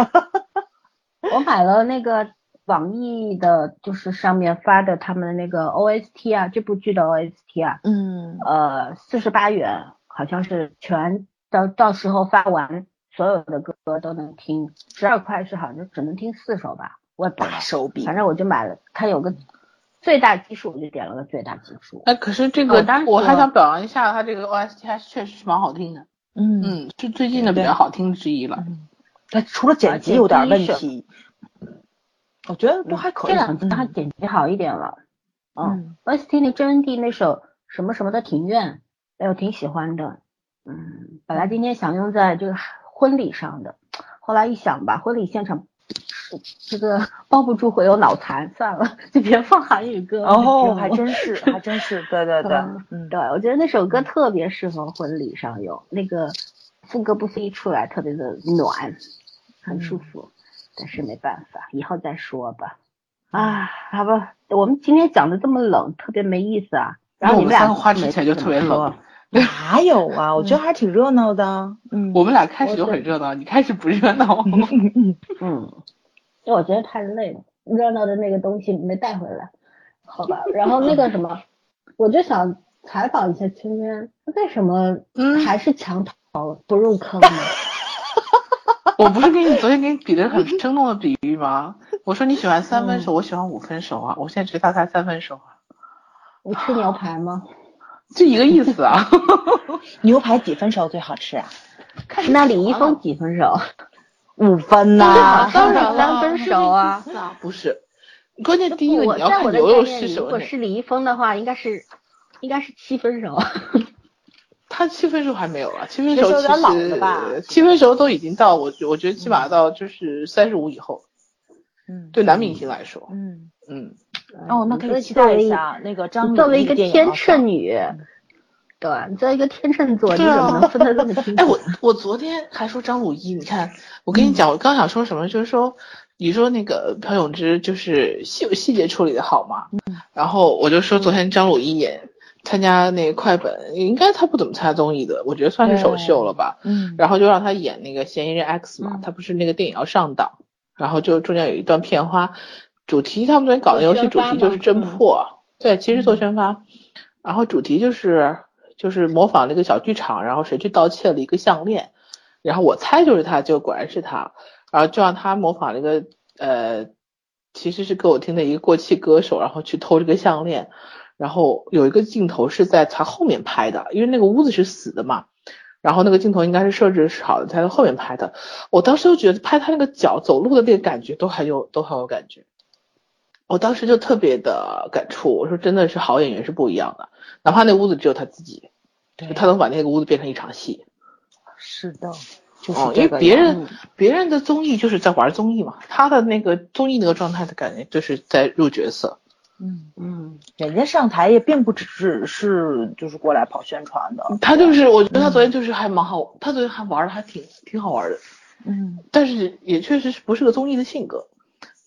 我买了那个网易的，就是上面发的他们的那个 OST 啊，这部剧的 OST 啊，嗯呃，四十八元，好像是全到到时候发完所有的歌都能听，十二块是好像就只能听四首吧，我也不知道 大，手笔反正我就买了，它有个最大基数，我就点了个最大基数。哎，可是这个哦当然我还了想表扬一下他这个 OST，还确实是蛮好听的。嗯嗯，是最近的比对较好听之一了。嗯，但除了剪辑有点问题，我觉得都还可以。这两集它嗯剪辑好一点了。嗯嗯，OST 那周文帝那首什么什么的庭院，哎，我挺喜欢的。嗯，本来今天想用在这个婚礼上的，后来一想吧，婚礼现场这个包不住会有脑残，算了，就别放韩语歌了。哦，你还知道吗真是，还真是，对 对对，嗯，对，我觉得那首歌特别适合婚礼上用，那个副歌部分一出来特别的暖，很嗯舒服。但是没办法，以后再说吧。啊，好吧，我们今天讲的这么冷，特别没意思啊。然后因你为我们俩三个花没之前就怎特么别说冷， 哪有啊？我觉得还挺热闹的，嗯，我们俩开始就我很热闹，你开始不热 闹。嗯，因为我觉得太累了，热闹的那个东西没带回来，好吧。然后那个什么，我就想采访一下圈圈，为什么嗯还是墙头不入坑呢？我不是跟你昨天给你比了很生动的比喻吗？我说你喜欢嗯三分熟，我喜欢五分熟啊。我现在直接他才三分 熟啊，你吃牛排吗？就一个意思啊。牛排几分熟最好吃啊？那李易峰几分熟？五 分啊，呐，当然三分熟啊啊，不是。关键第一个我你要在我看的牛概肉念是里，什如么果类，是李易峰的话，应该是应该是七分熟。他七分熟还没有啊，七分这熟时候其有点老了吧实七分熟都已经到我我觉得起码到就是三十五以后，嗯，对男明星来说，嗯，嗯，哦，那可以期待一下那个张你敏作为一个那电影天啊秤，女，对，你作为一个天秤座，你嗯对怎啊么能分得这么清楚？ 哎，我我昨天还说张鲁一，你看，我跟你嗯讲，我刚想说什么，就是说，你说那个朴炯植就是细细节处理的好嘛，嗯然后我就说昨天张鲁一演参加那个快本，应该他不怎么参加综艺的，我觉得算是首秀了吧，嗯，然后就让他演那个嫌疑人 X 嘛，嗯他不是那个电影要上档，然后就中间有一段片花，主题他们昨天搞的哦游戏主题就是侦嗯破，对，其实做宣发，然后主题就是就是模仿那个小剧场，然后谁去盗窃了一个项链，然后我猜就是他，就果然是他，然后就让他模仿了一个呃，其实是歌舞厅的一个过气歌手，然后去偷这个项链，然后有一个镜头是在他后面拍的，因为那个屋子是死的嘛。然后那个镜头应该是设置好的，在他后面拍的。我当时就觉得拍他那个脚走路的那个感觉都很有，都很有感觉。我当时就特别的感触，我说真的是好演员是不一样的，哪怕那屋子只有他自己，对，他能把那个屋子变成一场戏。是的，就是哦，因这为个别样人别人的综艺就是在玩综艺嘛，他的那个综艺那个状态的感觉就是在入角色。嗯，嗯，人家上台也并不只是就是过来跑宣传的，他就是，我觉得他昨天就是还蛮好，他昨天还玩的还挺挺好玩的。嗯，但是也确实是不是个综艺的性格。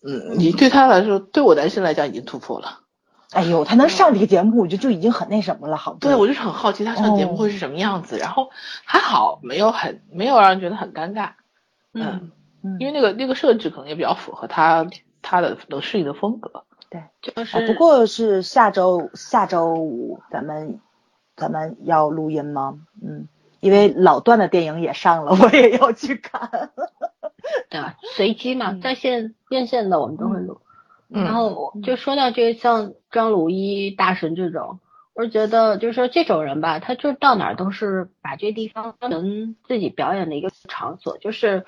嗯，你对他来说，对我男生来讲已经突破了。哎呦，他能上这个节目，我觉得就已经很那什么了，好吗，对我就是很好奇他上节哦目会是什么样子，然后还好没有很没有让人觉得很尴尬。嗯，嗯，因为那个那个设置可能也比较符合他他的能适应的风格。对，就是、哎，不过是下周下周五咱们咱们要录音吗？嗯，因为老段的电影也上了， 我也要去看。对吧？随机嘛，在线变现的我们都会录。嗯然后我就说到这个像张鲁一、大神这种，我是觉得就是说这种人吧，他就是到哪儿都是把这地方当成自己表演的一个场所，就是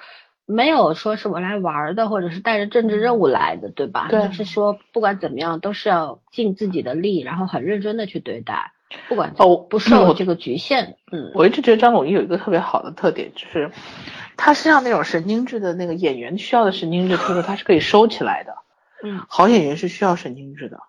没有说是我来玩儿的，或者是带着政治任务来的，对吧？对就是说不管怎么样都是要尽自己的力，然后很认真的去对待，不管哦不我受这个局限。嗯，我一直觉得张鲁一有一个特别好的特点，就是他身上那种神经质的那个演员需要的神经质特质，他是可以收起来的。嗯好演员是需要神经质的。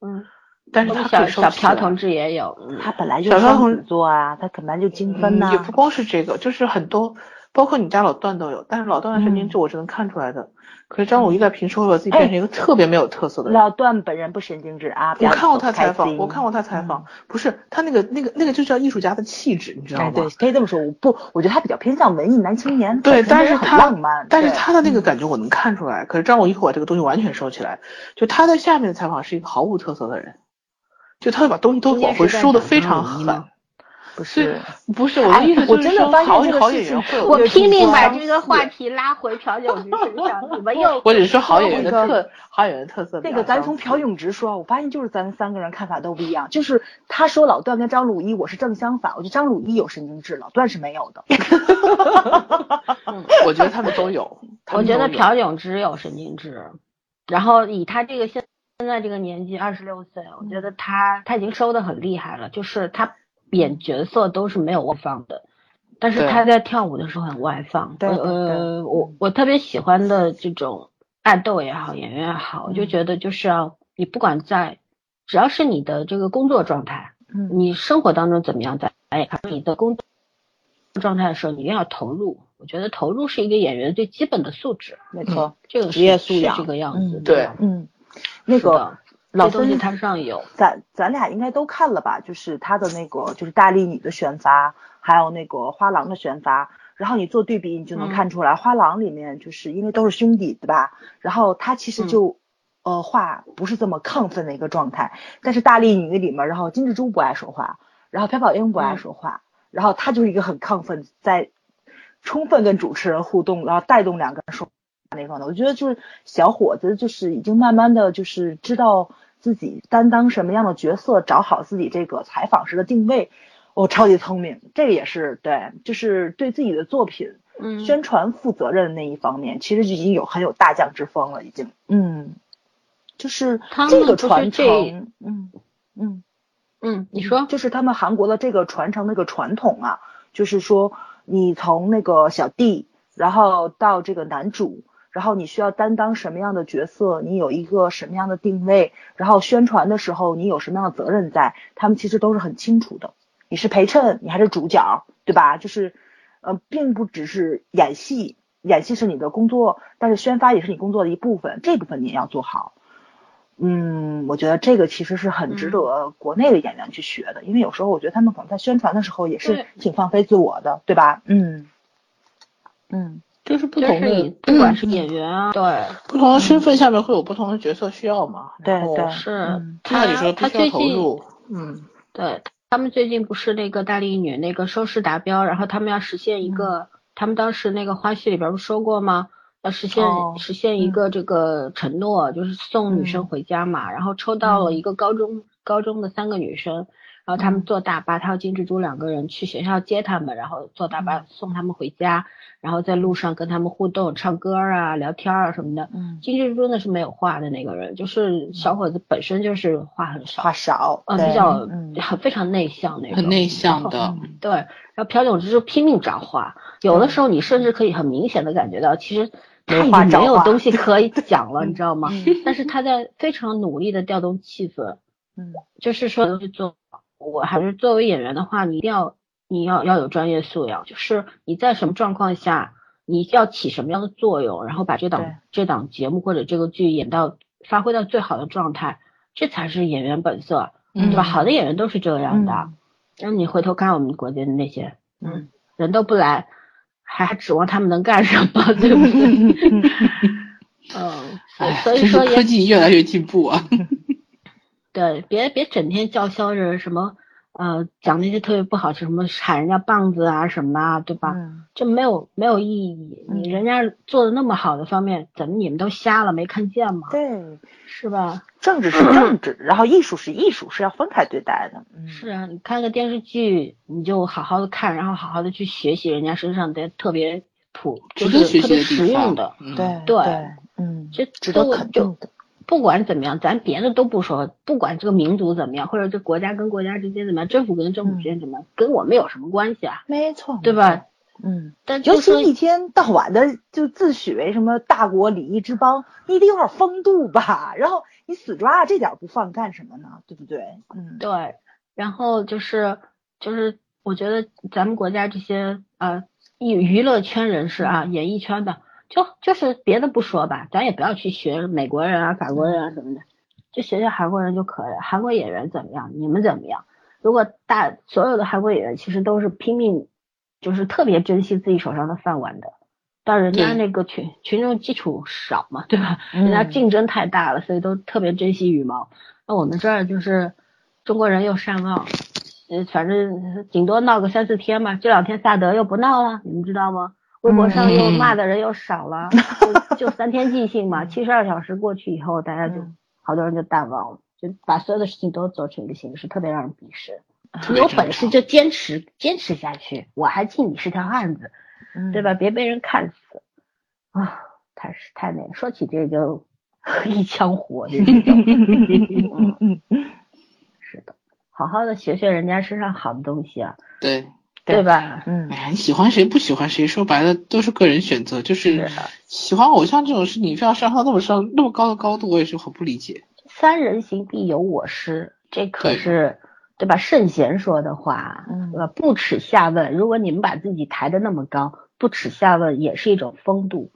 嗯，但是他小会收小起朴来同志也有，嗯他本来就小是双双红子座啊，他本来就精分呐、嗯也不光是这个，就是很多，包括你家老段都有，但是老段的神经嗯质我是能看出来的。可是嗯张鲁一在平时会把自己变成一个哎特别没有特色的人。老段本人不神经质啊，我看过他采访，我看过。过他采访，不是他那个那个那个就叫艺术家的气质，你知道嗯哎，吗？对，可以这么说。我不，我觉得他比较偏向文艺男青年，对，本身但人是很他浪漫，但是对嗯他的那个感觉我能看出来。可是张鲁一会把这个东西完全收起来，就他在下面的采访是一个毫无特色的人，就他会把东西都中间往回是在收的讲非张常鲁一狠吗。不所以是不是我的意思，哎就我是真的说发现好这个好事演员情会有我这种拼命光把是这个话题拉回朴炯植身上，你们 又我只是说好演员的那个特，好演员的特色比那较相似。个，咱从朴永植说，我发现就是咱们三个人看法都不一样。就是他说老段跟张鲁一，我是正相反，我觉得张鲁一有神经质，老段是没有的。我觉得他们都有，我他们觉都得有朴炯植有神经质，然后以他这个现现在这个年纪，二十六岁，我觉嗯得他他已经收的很厉害了，就是他演角色都是没有外放的，但是对他在跳舞的时候很外放。对对呃，我我特别喜欢的这种爱豆也好，演员也好，我就嗯觉得就是要、你不管在，只要是你的这个工作状态，嗯，你生活当中怎么样在，哎，还有你的工作状态的时候，你一定要投入。我觉得投入是一个演员最基本的素质，没错，这个职业是素是养这个样子。嗯对吧，嗯，那是个的老这东西孙他上有，咱咱俩应该都看了吧？就是他的那个就是大力女的选拔，还有那个花郎的选拔。然后你做对比，你就能嗯看出来，花郎里面就是因为都是兄弟，对吧？然后他其实嗯就、呃话不是这么亢奋的一个状态，但是大力女里面，然后金蜘蛛不爱说话，然后朴宝英不爱嗯说话，然后他就是一个很亢奋，在充分跟主持人互动，然后带动两个人说那方的。我觉得就是小伙子，就是已经慢慢的就是知道自己担当什么样的角色，找好自己这个采访时的定位。哦，超级聪明，这个也是对，就是对自己的作品嗯宣传负责任的那一方面，其实就已经有很有大将之风了，已经。嗯，就是他们这不个是传这承，嗯嗯，嗯，你说，就是他们韩国的这个传承那个传统啊，就是说你从那个小弟，然后到这个男主，然后你需要担当什么样的角色，你有一个什么样的定位，然后宣传的时候你有什么样的责任在，他们其实都是很清楚的。你是陪衬，你还是主角，对吧？就是，呃，并不只是演戏，演戏是你的工作，但是宣发也是你工作的一部分，这部分你也要做好。嗯，我觉得这个其实是很值得国内的演员去学的，因为有时候我觉得他们可能在宣传的时候也是对挺放飞自我的，对吧？嗯，嗯，就是不就同是的你不管是演员啊，对，不同的身份下面会有不同的角色需要嘛。对然后对，是嗯他有时候必他须要最投近入，嗯，对他们最近不是那个大力女那个收视达标，然后他们要实现嗯一个，他们当时那个花絮里边不说过吗？要实现、哦实现一个这个承诺，就是送女生嗯回家嘛。然后抽到了一个高中、高中的三个女生，然后他们嗯坐大巴，他和金蜘蛛两个人去学校接他们，然后坐大嗯巴送他们回家，然后在路上跟他们互动、唱歌啊、聊天啊什么的。嗯，金蜘蛛呢是没有话的那个人，就是小伙子本身就是话很少，话少，呃，对比较嗯很非常内向那种，哦很内向的然后。对，然后朴炯植就拼命找话，有的时候你甚至可以很明显的感觉到，其实他嗯没已话经找没有话东西可 以讲了，你知道吗 嗯？但是他在非常努力的调动气氛，嗯就是说东西做好，我还是作为演员的话，你一定要你要要有专业素养，就是你在什么状况下，你要起什么样的作用，然后把这对档这档节目或者这个剧演到发挥到最好的状态，这才是演员本色。嗯对吧？好的演员都是这样的。嗯然后你回头看我们国内的那些嗯人都不来，还还指望他们能干什么？对不对？ 嗯，所以哎，所以真是说科也技越来越进步啊。对，别别整天叫嚣着什么呃讲那些特别不好，什么喊人家棒子啊什么啊，对吧？嗯这没有没有意义。嗯你人家做的那么好的方面，怎么你们都瞎了没看见吗？对，是吧？政治是政治，然后艺术是艺术，是要分开对待的。嗯，是啊，你看个电视剧，你就好好的看，然后好好的去学习人家身上的特别普，就值得是学特习别的实地用方的。，嗯对对嗯，这值得都肯就定的。不管怎么样，咱别的都不说，不管这个民族怎么样，或者这国家跟国家之间怎么样，政府跟政府之间怎么样，跟我们有什么关系啊？没错，对吧？嗯，但就尤说其一天到晚的就自诩为什么大国礼仪之邦，你得有点风度吧。然后你死抓这点儿不放干什么呢？对不对？嗯，对，然后就是就是，我觉得咱们国家这些呃娱娱乐圈人士啊，演艺圈的，就就是别的不说吧，咱也不要去学美国人啊、法国人啊什么的，就学学韩国人就可以了。韩国演员怎么样？你们怎么样？如果大所有的韩国演员其实都是拼命，就是特别珍惜自己手上的饭碗的，但人家对那个群群众基础少嘛，对吧？人家嗯竞争太大了，所以都特别珍惜羽毛。那我们这儿就是中国人又善忘，呃，反正顶多闹个三四天嘛。这两天萨德又不闹了，你们知道吗？微博上嗯又骂的人又少了， 就就三天记性嘛，七十二小时过去以后，大家就、嗯好多人就淡忘了，就把所有的事情都做成一个形式，特别让人鄙视。特你别有正本常事就坚持坚持下去，我还敬你是条汉子。嗯对吧？？别被人看死啊！太是太那个， 说起这就一腔火，这是叫嗯嗯是的， 好好的学学人家身上好的东西啊，对，对对吧？嗯哎呀，你喜欢谁不喜欢谁，说白了都是个人选择，就是是的喜欢偶像这种事，你非要上升到那么上那么高的高度，我也是很不理解。三人行必有我师，这可对是对吧？圣贤说的话，嗯对吧？不耻下问。如果你们把自己抬得那么高，不耻下问也是一种风度。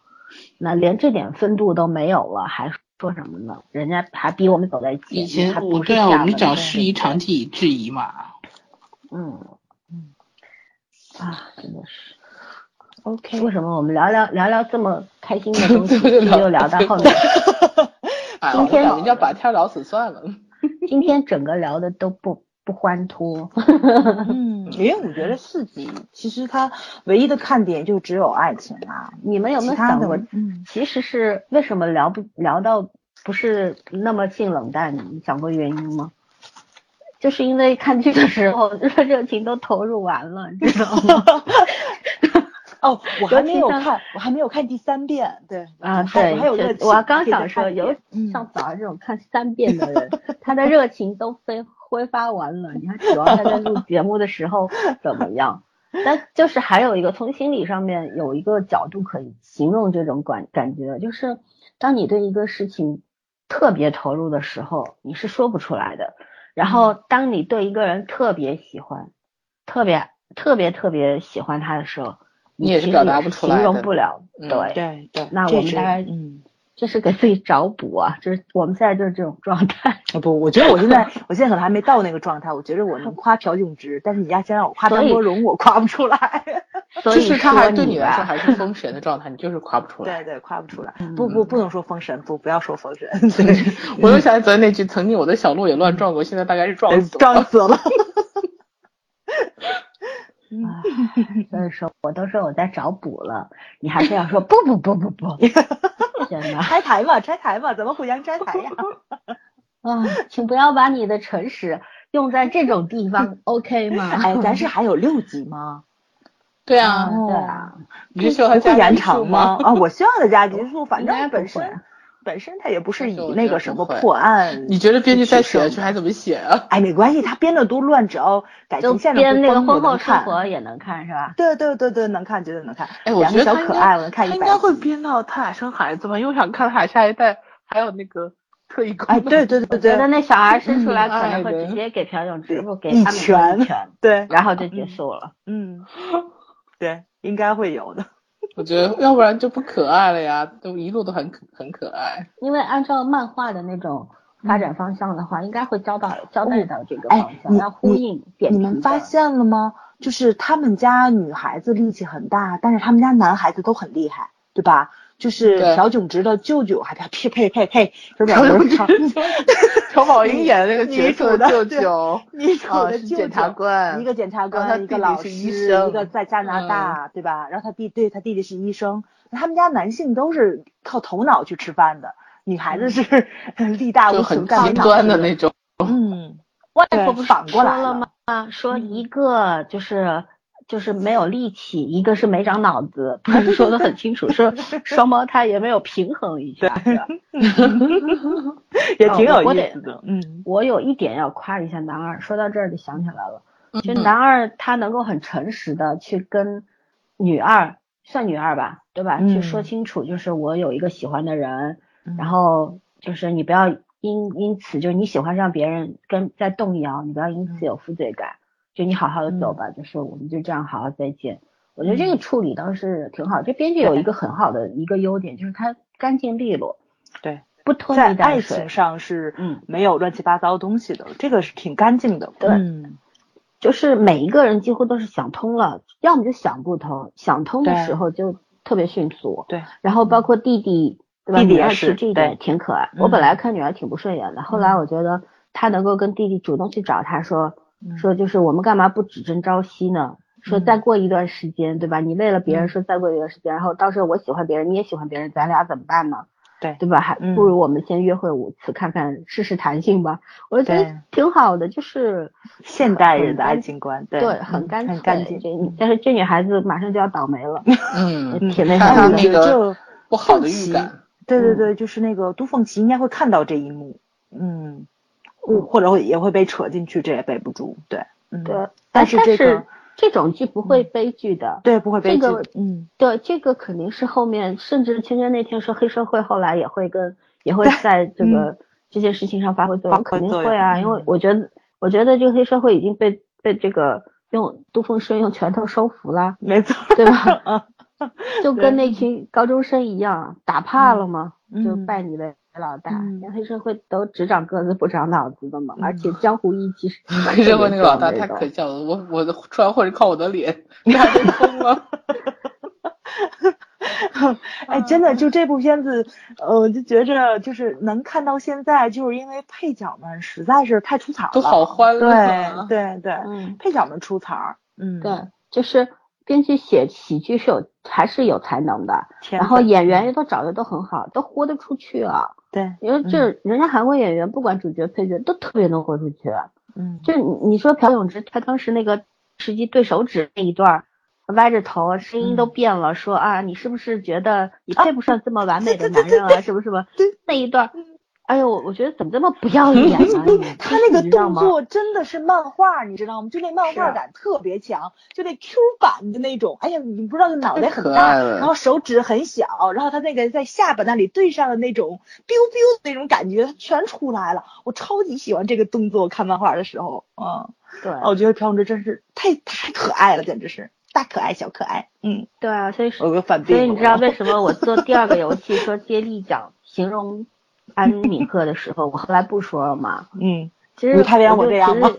那连这点风度都没有了，还说什么呢？人家还比我们走在前以面，还前我不是对下啊，我问们讲对师夷长技以制夷 嘛。嗯，嗯，啊，真的是， ，OK，为什么我们聊聊聊聊这么开心的东西，对对又聊到后面？哎，今我天感觉叫把天聊死算了。今天整个聊的都不不欢脱，嗯，因为我觉得四集其实它唯一的看点就只有爱情啦，你们有没有其他想的过，嗯其实是为什么聊不聊到不是那么性冷淡呢？你想过原因吗？就是因为看剧的时候，热热情都投入完了，你知道吗？哦，我还没有尤其看，我还没有看第三遍，对啊，我还对，我还有热就情我刚可以再想说，看一有遍嗯像早上这种看三遍的人，他的热情都飞挥发完了，你还指望他在录节目的时候怎么样？但就是还有一个从心理上面有一个角度可以形容这种感感觉，就是当你对一个事情特别投入的时候，你是说不出来的。然后嗯当你对一个人特别喜欢，特别特别特别喜欢他的时候，你也是其实表达不出来形容的不了。嗯对对对，那这我们是大概嗯。这是给自己找补啊，就是我们现在就是这种状 态，不，我觉得我现在，我现在可能还没到那个状态。我觉得我能夸朴炯植，但是你要先让我夸张所以国荣，我夸不出来。所就以是他还对你啊你来说吧，还是封神的状态，你就是夸不出 来。对对，夸不出来。嗯不不，不能说封神，不不要说封神， 对，我又想起昨天那句“曾经我的小鹿也乱撞过”，现在大概是撞嗯哎死撞了。死了。啊 所以说我都说我在找补了，你还非要说不不不不 不，天哪拆台吧，拆台吧，咱们互相拆台呀。 啊，请不要把你的诚实用在这种地 方，OK 吗？哎，咱是还有六集吗？对啊，啊，对啊，你是希望他不加会延集数长吗？？啊，我希望它加集数，反应该正不会本身本身它也不是但是我以觉那得个不什么会破案。你觉得编剧再写下是去还怎么写啊？哎，没关系，他编的多乱，只要感就情线编那个不崩婚我能后生看。活也能看是吧？对对对对，能看，绝对能看。哎，我两觉个得小他应可该爱，我能看他一应百该会集。编到他俩生孩子吧？因为我想看他俩下一代，还有那个特 异功哎，能。对对对我觉得对那小孩生出来可嗯能爱会人直接给朴炯植不给一他们一拳 拳，对，然后就结束了。嗯， 对，应该会有的。我觉得要不然就不可爱了呀，都一路都很可很可爱。 因为按照漫画的那种发展方向的话，应该会交到交代到这个哎方向，你要呼应点你评们的发现了吗？就是他们家女孩子力气很大，但是他们家男孩子都很厉害，对吧？就是对朴炯植的舅舅，还呸呸呸呸，是两个人吵，乔宝英演 的那个角色的舅女主舅，女主啊，的是舅检察舅。官，一个检察呃然后他官，一弟个弟老是师，医生嗯一个在加拿大，对吧？然后他弟对他弟弟是医生，他们家男性都是靠头脑去吃饭的，女孩子是 力大无嗯就穷，很干极不了端的事那种。 嗯，外对婆不是反过来说了嗯了吗？说一个就是。就是没有力气，一个是没长脑子，不是说的很清楚， 说双胞胎也没有平衡一下。是吧也挺哦有我意得思的。嗯我有一点要夸一下男二，说到这儿就想起来了，就嗯男二他能够很诚实的去跟女二，算女二吧，对吧？嗯去说清楚，就是我有一个喜欢的人，嗯然后就是你不要因因此就是你喜欢上别人跟在动摇，你不要因嗯此有负罪感，就你好好的走吧，就是我们就这样好好再见。我觉得这嗯个处理倒是挺好，这编剧有一个很好的一个优点，就是它干净利落，对，不拖在泥带爱水情。上是嗯没有乱七八糟东西的，这个是挺干净的。对嗯，就是每一个人几乎都是想通了，要么就想不通，想通的对时候就特别迅速。对，然后包括弟弟，对吧？弟弟女也儿是其实这一点对也挺可爱。我嗯本来看女儿挺不顺眼的，后来我觉得她能够跟弟弟主动去找他说，嗯说就是我们干嘛不只争朝夕呢？说嗯再过一段时间，对吧？你为了别人嗯说再过一段时间，然后到时候我喜欢别人，你也喜欢别人，咱俩怎么办呢？对对吧？还嗯不如我们先约会五次，看看试试弹性吧。我觉对得挺好的，就是现代人的爱情观，对对，很嗯干很脆。干净嗯这但是这女孩子马上就要倒霉了，嗯也挺那看啥到的。那就个不好的就预其感，对对嗯对，就是那个都凤岐应该会看到这一幕，嗯，或或者会也会被扯进去，这也背不住，对，嗯，对，但是这个哎这嗯种剧不会悲剧的。对不会被这个剧嗯，对，这个肯定是后面，甚至芊芊那天说黑社会后来也会跟也会在这个这件事情上嗯发挥作用，发挥肯定作会啊，用因为嗯我觉得我觉得这个黑社会已经被被这个用杜凤生用拳头收服了，没错，对吧？ 啊，就跟那群高中生一样，打怕了吗？就嗯拜你为老大，嗯连黑社会都只长个子不长脑子的嘛，而且嗯江湖义气是 黑社会嗯那个老大特别太重的可笑了，我我的出来混是靠我的脸，这还被封了。哎，真的，就这部片子，呃，我就觉着就是能看到现在，就是因为配角们实在是太出彩儿了，都好欢乐啊对对对，嗯，配角们出彩儿，嗯，对，就是编剧写喜剧是有还是有才能的，天然后分演嗯员都找的都很好，都豁得出去啊。对，因嗯为这人家韩国演员不管主角配角都特别能豁出去。嗯，就你你说朴永植他当时那个吃鸡对手指那一段儿，歪着头，声音都嗯啊变了，说啊你是不是觉得你配不上这么完美的对对男人啊？什么什么对嗯那一段儿，哎呦我我觉得怎么这么不要脸啊你！ 他那个你知道动吗？作真的是漫画，你知道吗？就那漫画是啊感特别强，就那 Q 版的那种。哎呀，你不知道他脑袋很太可大，爱了，然后手指很小，然后他那个在下巴那里对上的那种 biu biu 的那种感觉，他全出来了。我超级喜欢这个动作，看漫画的时候，嗯，对，啊我觉得朴永植真是太太可爱了，简直是大可爱小可爱。嗯，对啊，所以是我有个反所以病你了，知道为什么我做第二个游戏说接力奖形容安敏赫的时候，我后来不说了吗？嗯，其你实说他让我就这样其吗实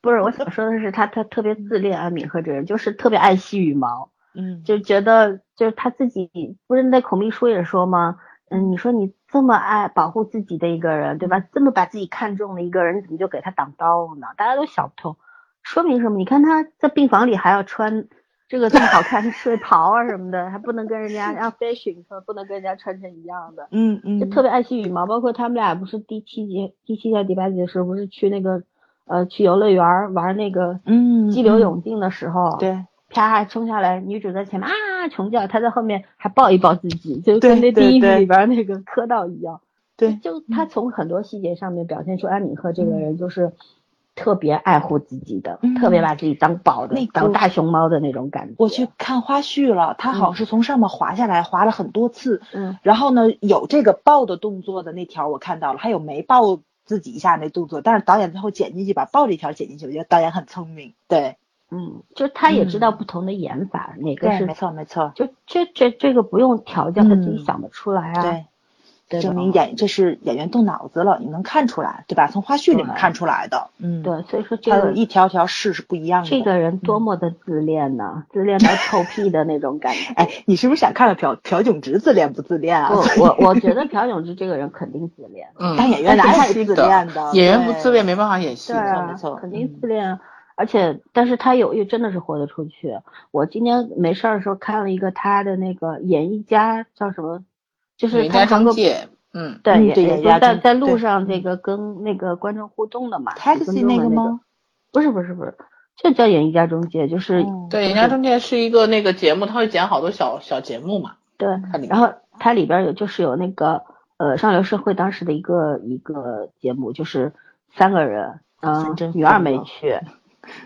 不是，我想说的是他他特别自恋，安敏赫这人就是特别爱惜羽毛，嗯，就觉得就是他自己不是那孔秘书也说吗？嗯，你说你这么爱保护自己的一个人，对吧？这么把自己看重的一个人，你怎么就给他挡刀呢？大家都想不通，说明什么？你看他在病房里还要穿这个这么好看的睡袍啊什么的，还不能跟人家让 fashion 说不能跟人家穿成一样的，嗯嗯，就特别爱惜羽毛。包括他们俩不是第七集、第七集还是第八集的时候，不是去那个呃去游乐园儿玩那个嗯激流勇进的时候，对啪冲下来，女主在前面啊穷叫，她在后面还抱一抱自己，就对跟那对第一集对里边那个柯道一样。对，就她从很多细节上面表现出安敏赫这个人就是特别爱护自己的，嗯特别把自己当宝的、那个当大熊猫的那种感觉。我去，看花絮了，他好像是从上面滑下来，滑了很多次。嗯，然后呢，有这个抱的动作的那条我看到了，还有没抱自己一下那动作，但是导演最后剪进去，把抱这条剪进去，我觉得导演很聪明。对，嗯，就她也知道不同的演法，哪个是没错没错，就这这这个不用调教，嗯她自己想得出来啊。对，对吧证明演这是演员动脑子了，你能看出来，对吧？从花絮里面对看出来的，嗯，，对，所以说这他个一条条试是不一样的。这个人多嗯么的自恋呢、自恋到臭屁的那种感觉。哎，你是不是想看看朴朴炯植自恋不自恋啊？不，嗯我我觉得朴炯植这个人肯定自 恋 嗯，当演员哪有演不戏自的恋的？嗯演员不对自恋没办法演戏对的。啊，没错肯定自恋。啊而且，但是他有也真的是豁得出去。我今天没事儿的时候看了一个他的那个演艺家叫什么，就是人他家韩中国介，嗯，对嗯演对演演艺家在中在路对上这个跟那个观众互动的嘛几分 taxi 钟的个吗？？不是不是不是，就叫演艺家中介，就是哦对，人家中介是一个那个节目，他会剪好多小小节目嘛。对它里，面然后它里边儿有就是有那个呃上流社会当时的一个一个节目，就是三个人，嗯、真女二疯没了去，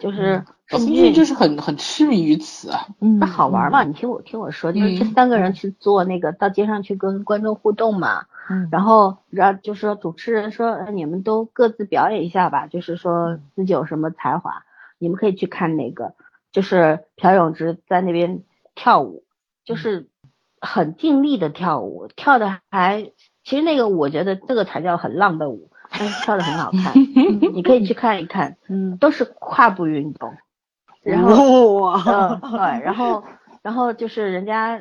就是我郑们这钧嗯就是很很痴迷于此啊。嗯，那好玩嘛？你听我听我说，就是这嗯三个人去做那个到街上去跟观众互动嘛，嗯？然后然后就说主持人说呃你们都各自表演一下吧，就是说自己有什么才华，你们可以去看那个，就是朴永植在那边跳舞，就是很尽力的跳舞，跳的还其实那个我觉得这个才叫很浪的舞，但是跳的很好看，你可以去看一看，嗯，都是胯部运动，然后后哇， 嗯，对，然后然后就是人家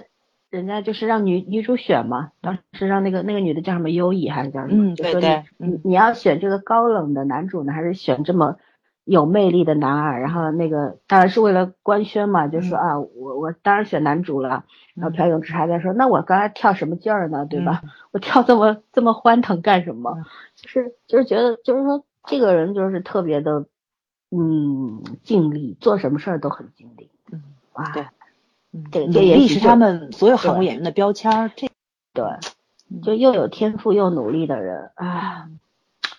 人家就是让女女主选嘛，当时让那个那个女的叫什么优以还是叫什么，嗯就对说对你你嗯你要选这个高冷的男主呢，还是选这么有魅力的男二？然后那个当然是为了官宣嘛，就嗯说啊，我我当然选男主了。然后朴永植还在说，那我刚才跳什么劲儿呢？对嗯吧？我跳这么这么欢腾干什么？就是就是觉得就是说这个人就是特别的，嗯，尽力，做什么事儿都很尽力。嗯，哇，对这个嗯努这也力许是就他们所有韩国对演员的标签 儿，这对，就又有天赋又努力的人啊。嗯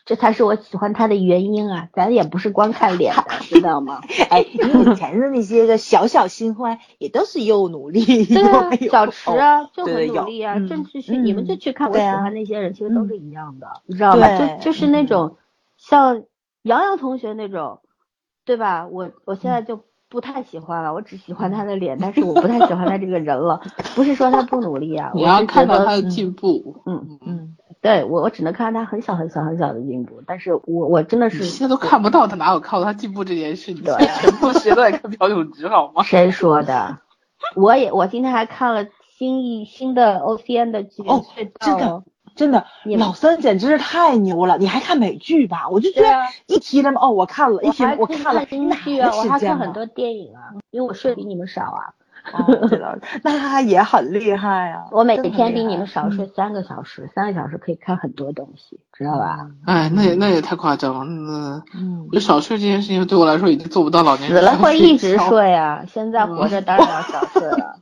这才是我喜欢他的原因啊！咱也不是光看脸的，知道吗？哎，你以前的那些个小小新欢也都是又努力，对 啊又，哦小池啊，就对很努有力啊，嗯郑智薰，你们就去看我喜对啊欢那些人，其实都是一样的，你知道吧？对就就是那种像杨洋同学那种，对吧？我我现在就不太喜欢了，我只喜欢他的脸，但是我不太喜欢他这个人了。不是说他不努力啊， 你我要是觉看到得他的进步，嗯嗯，嗯，对我我只能看到他很小很小很小的进步，但是我我真的你是现在都看不到他，哪有看到他进步这件事？你对现在全部时间都在看朴永植，好吗？谁说的？我也我今天还看了新一新的 OCN 的剧哦隧道真的哦真的，你老三简直是太牛了！你还看美剧吧？我就觉对得啊一提他们，哦，我看了，一我提他还们我可以看了，京剧哪啊，有我时还间看很呢多电影啊，因为我睡比你们少啊，哦，知道了，那他也很厉害啊！我每真的很天比厉你害嗯们少睡三个小时，三个小时可以看很多东西，知道吧？ 哎，那也那也太夸张了。那嗯我觉得少睡这件事情对我来说已经做不到老年死人了会一直少睡啊，现在活着当然要少睡 了。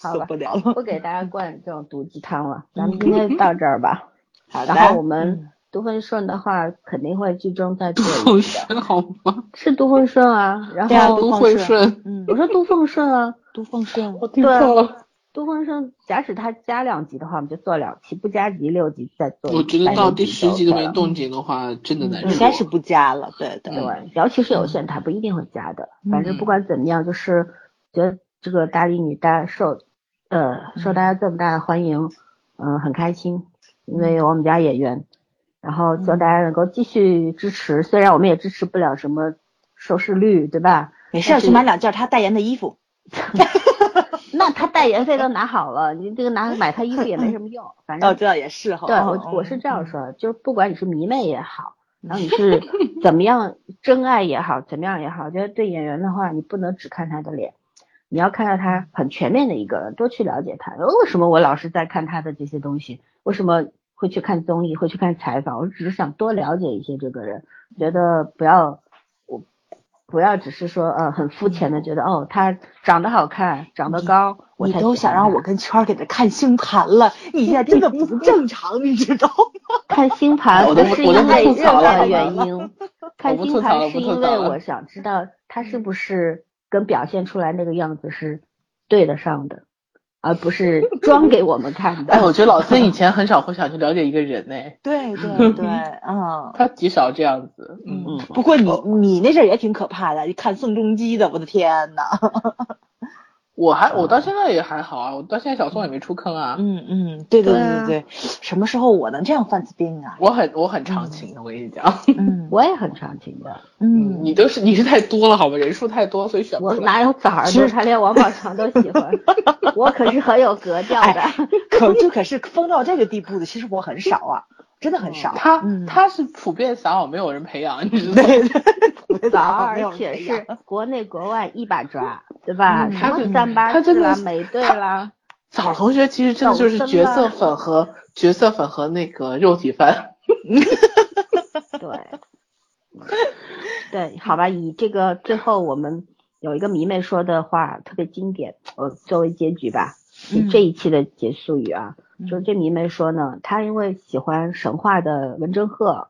好受吧不了了。 不给大家灌这种毒鸡汤了，咱们今天到这儿 吧。好的，然后我们嗯读分顺的话，肯定会剧中再做睡一次的，好吗？是读分顺啊。然对啊后都放会顺顺，嗯我，说读凤顺啊，都放顺，我听到了。都风生，假使他加两集的话，我们就做两期；不加集六集再做。我觉得到第十集都都 OK 没了。动静的话，真的难嗯应受该。是不加了，对对对，尤其是有线台不一定会加的。嗯反正不管怎么样，就是觉得这个大力女大家受，呃，受大家这么大的欢迎，嗯、很开心，因为有我们家演员。然后希望大家能够继续支持，虽然我们也支持不了什么收视率，对吧？没事儿，去买两件他代言的衣服。那他代言费都拿好了，你这个拿买他衣服也没什么 用，反正哦，这也是哈。对嗯我我是这样，说的，就是不管你是迷妹也好，嗯然后你 是怎么样真爱也好，怎么样也好，就是对演员的话，你不能只看他的脸，你要看到他很全面的一个人，多去了解他。呃为什么我老是在看他的这些东西？为什么会去看综艺，会去看采访？我只是想多了解一些这个人，觉得不要我不要只是说呃很肤浅的觉得哦他长得好看，长得高，我你才都喜欢想让他我跟圈儿给他看星盘了，你现在真 的不正常，你知道吗？看星盘我不都是因我都为不吐任槽了何好吗原 因，看不星吐槽了盘不是吐因槽为了嗯我想知道他是不是跟表现出来那个样子是对得上的，而不是装给我们看 哎，的。我觉得老孙以前很少会想去了解一个人呢，对对 对，嗯。他极少这样子。嗯，嗯，不过你哦你那阵儿也挺可怕的，你看宋仲基的，我的天呐。我还我到现在也还好啊，我到现在小宋也没出坑啊。 嗯嗯，对对对对啊对，什么时候我能这样犯次 病啊？我很我很长情的，我跟你讲，嗯我也很常听 的，嗯，你都是你是太多了好吗？人数太多，所以选不我出来。哪有崽儿的？他连王宝强都喜 欢，我可是很有格调的。哎可这可是疯到这个地步的，其实我很少啊，真的很少。哦他嗯他是普遍撒网，没有人培养，你知道吗？对崽对，早儿， 没有而人且培养是国内国外一把抓，对吧？嗯什他么是三八他四真的啦、是美队啦，枣同学其实真的就是角色粉和角色粉和那个肉体番，对，嗯对，好吧，以这个最后我们有一个迷妹说的话特别经典，我作为结局吧，以嗯这一期的结束语啊，嗯就是这迷妹说呢，她因为喜欢神话的文征鹤，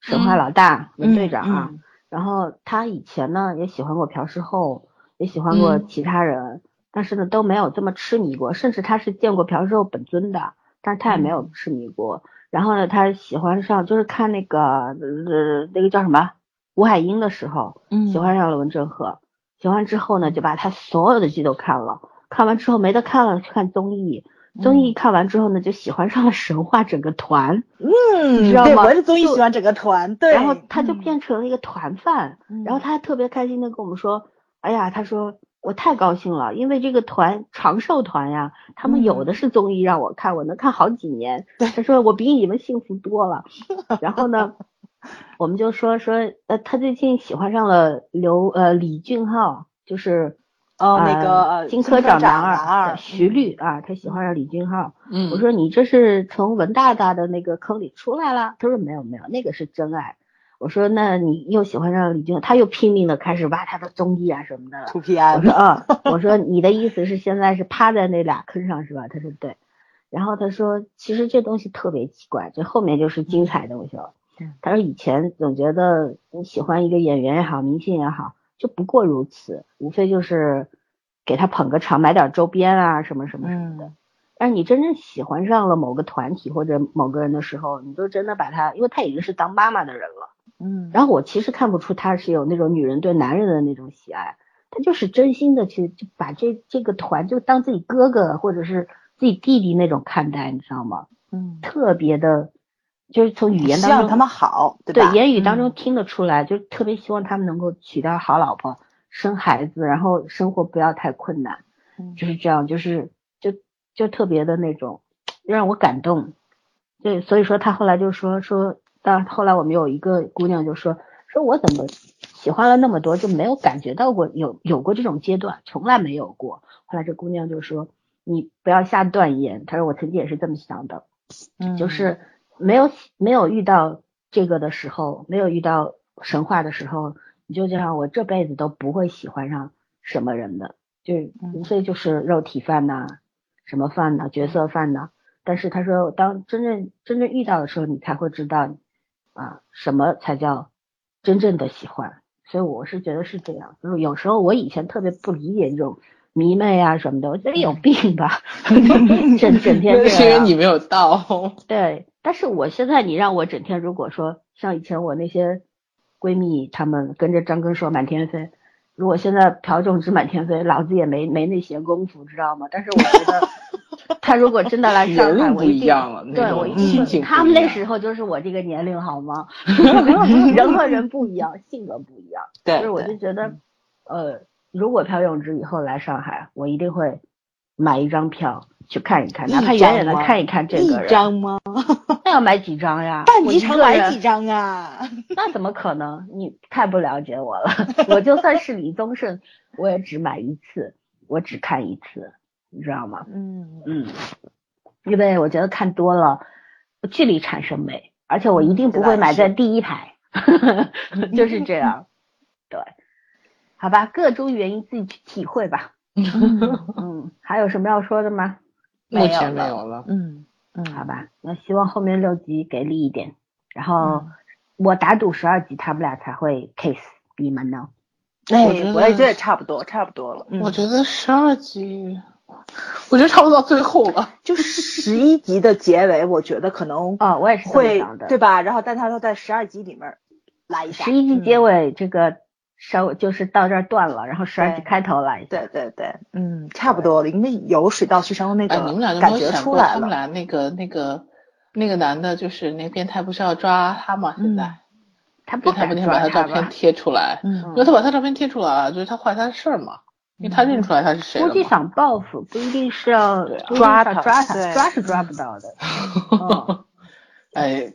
神话老大、文队长啊，嗯然后他以前呢也喜欢过朴世后，也喜欢过嗯其他人，但是呢都没有这么痴迷过，甚至他是见过朴世后本尊的，但是他也没嗯有痴迷过。然后呢，他喜欢上就是看那个呃那个叫什么吴海英的时候，嗯喜欢上了文正赫，喜欢之后呢就把他所有的剧都看了，看完之后没得看了，去看综艺。综艺看完之后呢，就喜欢上了神话整个团，嗯，你知道对，吗我也是综艺就喜欢整个团，对，然后他就嗯，变成了一个团饭，然后他还特别开心的跟我们说，哎呀，他说我太高兴了，因为这个团长寿团呀，他们有的嗯是综艺让我看，我能看好几年。他说我比你们幸福多了。然后 呢，我们就说说，呃，他最近喜欢上了刘呃李俊浩，就是哦，那呃个呃金科长男二二嗯对，徐律啊，他喜欢上李俊浩。嗯，我说你这是从文大大的那个坑里出来了？他说没有没有，那个是真爱。我说那你又喜欢上李俊，他又拼命的开始挖他的综艺啊什么的了。图我 PM，说啊，我说你的意思是现在是趴在那俩坑上是吧？他说对。然后他说其实这东西特别奇怪，这后面就是精彩的东西了。他说以前总觉得你喜欢一个演员也好，明星也好，就不过如此，无非就是给他捧个场，买点周边啊什么什么什嗯么的。但哎是你真正喜欢上了某个团体或者某个人的时候，你就真的把他，因为他已经是当妈妈的人了。嗯，然后我其实看不出他是有那种女人对男人的那种喜爱，他就是真心的去就把这这个团就当自己哥哥或者是自己弟弟那种看待，你知道吗？嗯，特别的，就是从语言希当望中他们好，对对吧？嗯言语当中听得出来，就特别希望他们能够娶到好老婆，生孩子，然后生活不要太困难，嗯就是这样，就是就就特别的那种，让我感动。对，所以说他后来就说说，但后来我们有一个姑娘就说说我怎么喜欢了那么多，就没有感觉到过有有过这种阶段，从来没有过。后来这姑娘就说你不要下断言，她说我曾经也是这么想的，嗯就是没有没有遇到这个的时候，没有遇到神话的时候，你就这样，我这辈子都不会喜欢上什么人的，就是嗯无非就是肉体饭呐、什么饭呐、角色饭呐、但是他说，当真正真正遇到的时候，你才会知道啊，什么才叫真正的喜欢。所以我是觉得是这样，就是有时候我以前特别不理解这种迷妹啊什么的，我觉得有病 吧， 整整天那这是嗯因为样。你没有到，对，但是我现在你让我整天，如果说像以前我那些闺蜜她们跟着张根硕满天飞，如果现在朴正植满天飞，老子也没没那闲工夫，知道吗？但是我觉 得他如果真的来上人海，物我不一一定。样了，那对，我种一心定情会。不他们一那样时候就是我这个年龄，好 吗？ 人和人不一样，性格不一样。对所以我就对觉得，呃，如果朴永植以后来上海，我一定会买一张票去看一看，哪怕一远张远的吗看一看这个一人。张吗？那要买几张呀？办我几一场个买人几张啊？那怎么可能？你太不了解 我了。我就算是李宗盛，我也只买一次，我只看一次，你知道吗？嗯， 嗯，因为我觉得看多了，距离产生美，而且我嗯一定不会买在第一 排，就是这样。对，好吧，各种原因自己去体会吧。嗯，还有什么要说的吗？目前没有了。嗯嗯，好，吧，那希望后面六集给力一点。然嗯后我打赌十二集他们俩才会 kiss，你们呢？哎，我觉得我也觉得差不多，差不多了。嗯 我觉得十二集，我觉得差不多到最后了。就十一集的结尾，我觉得可能哦，我也是这么会想的。对吧？然后但他都在十二集里面来一下十，一集嗯结尾这个稍微就是到这儿断了，然后十二集对开头来一下。对对对，嗯，差不多了，因为有水到渠成的那哎，你们个俩就没感有觉想出过来他们了。俩那个那个那个男的，就是那个变态，不是要抓他吗？现在他不变态不敢那天抓把照他片吧？贴出来，因嗯，为他把他照片贴出来了，就是他坏他的事儿嘛，因为他认出来他是谁估了计嘛。想报复，不一定是要对啊不一定是要抓他抓他，对抓是抓不到 的。嗯，哎，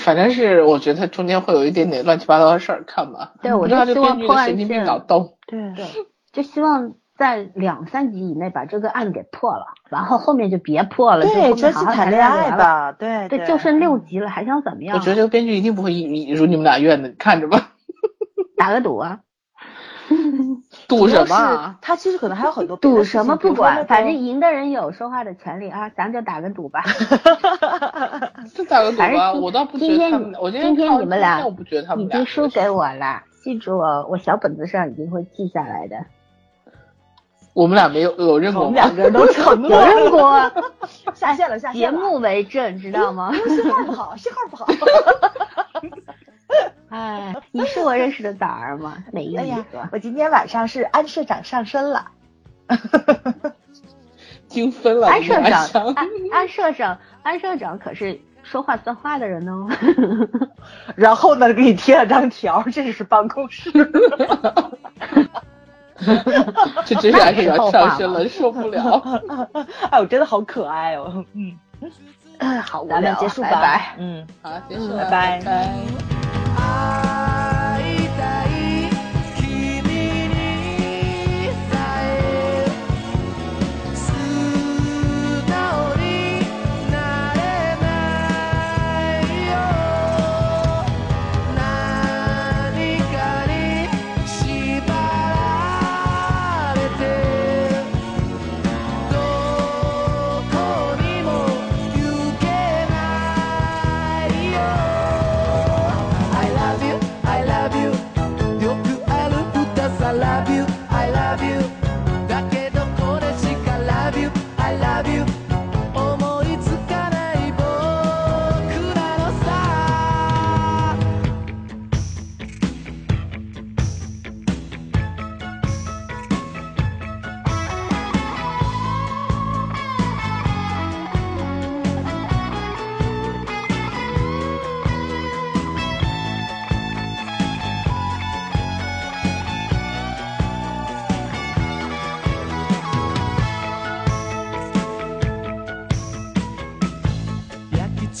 反正是我觉得他中间会有一点点乱七八糟的事儿，看吧。对，我不知道就希这编望剧破的案神经病线，脑洞。对对，就希望在两三集以内把这个案给破了，然后后面就别破了，就后对，面专好心好谈恋恋爱吧。吧，对对，就剩嗯六集了，还想怎么样？我觉得这个编剧一定不会一如你们俩愿的，你看着吧。打个赌啊，赌主什么要是啊？他其实可能还有很多别的 赌事情什么比不如说那管，个反正 赢的人有说话的权利啊，咱就打个赌吧。这咋个赌反啊？正今我倒不觉今得天他你们，我今今天看天完你们之俩后我不觉得他们已俩经输给我了，记住我，我小本子上一定会记下来的。我们俩没有有认我过们吗？两个人 都承有诺了，人过下线了，下节线了。目为证，知道吗？ 信号不好，信号不好。哎，你是我认识的崽儿吗？没意哎呀思。我今天晚上是安社长上身了，精分了，安你社俩长，想安安社长，安社长可是说话算话的人哦。然后呢，给你贴了张条，这是办公室。 这真是安那社时候长吧上身了，受不了。哎呦，真的好可爱哦。嗯，哎好无咱聊们啊，结束拜吧拜。嗯。好，结束嗯了，拜拜拜会いたい君にさえ素直になれないよ何かに縛られてどこにも行けないよ I love you, I love you よくある歌さ Love you, I love you だけどこれしか Love you, I love you 思いつかない僕らのさ焼き付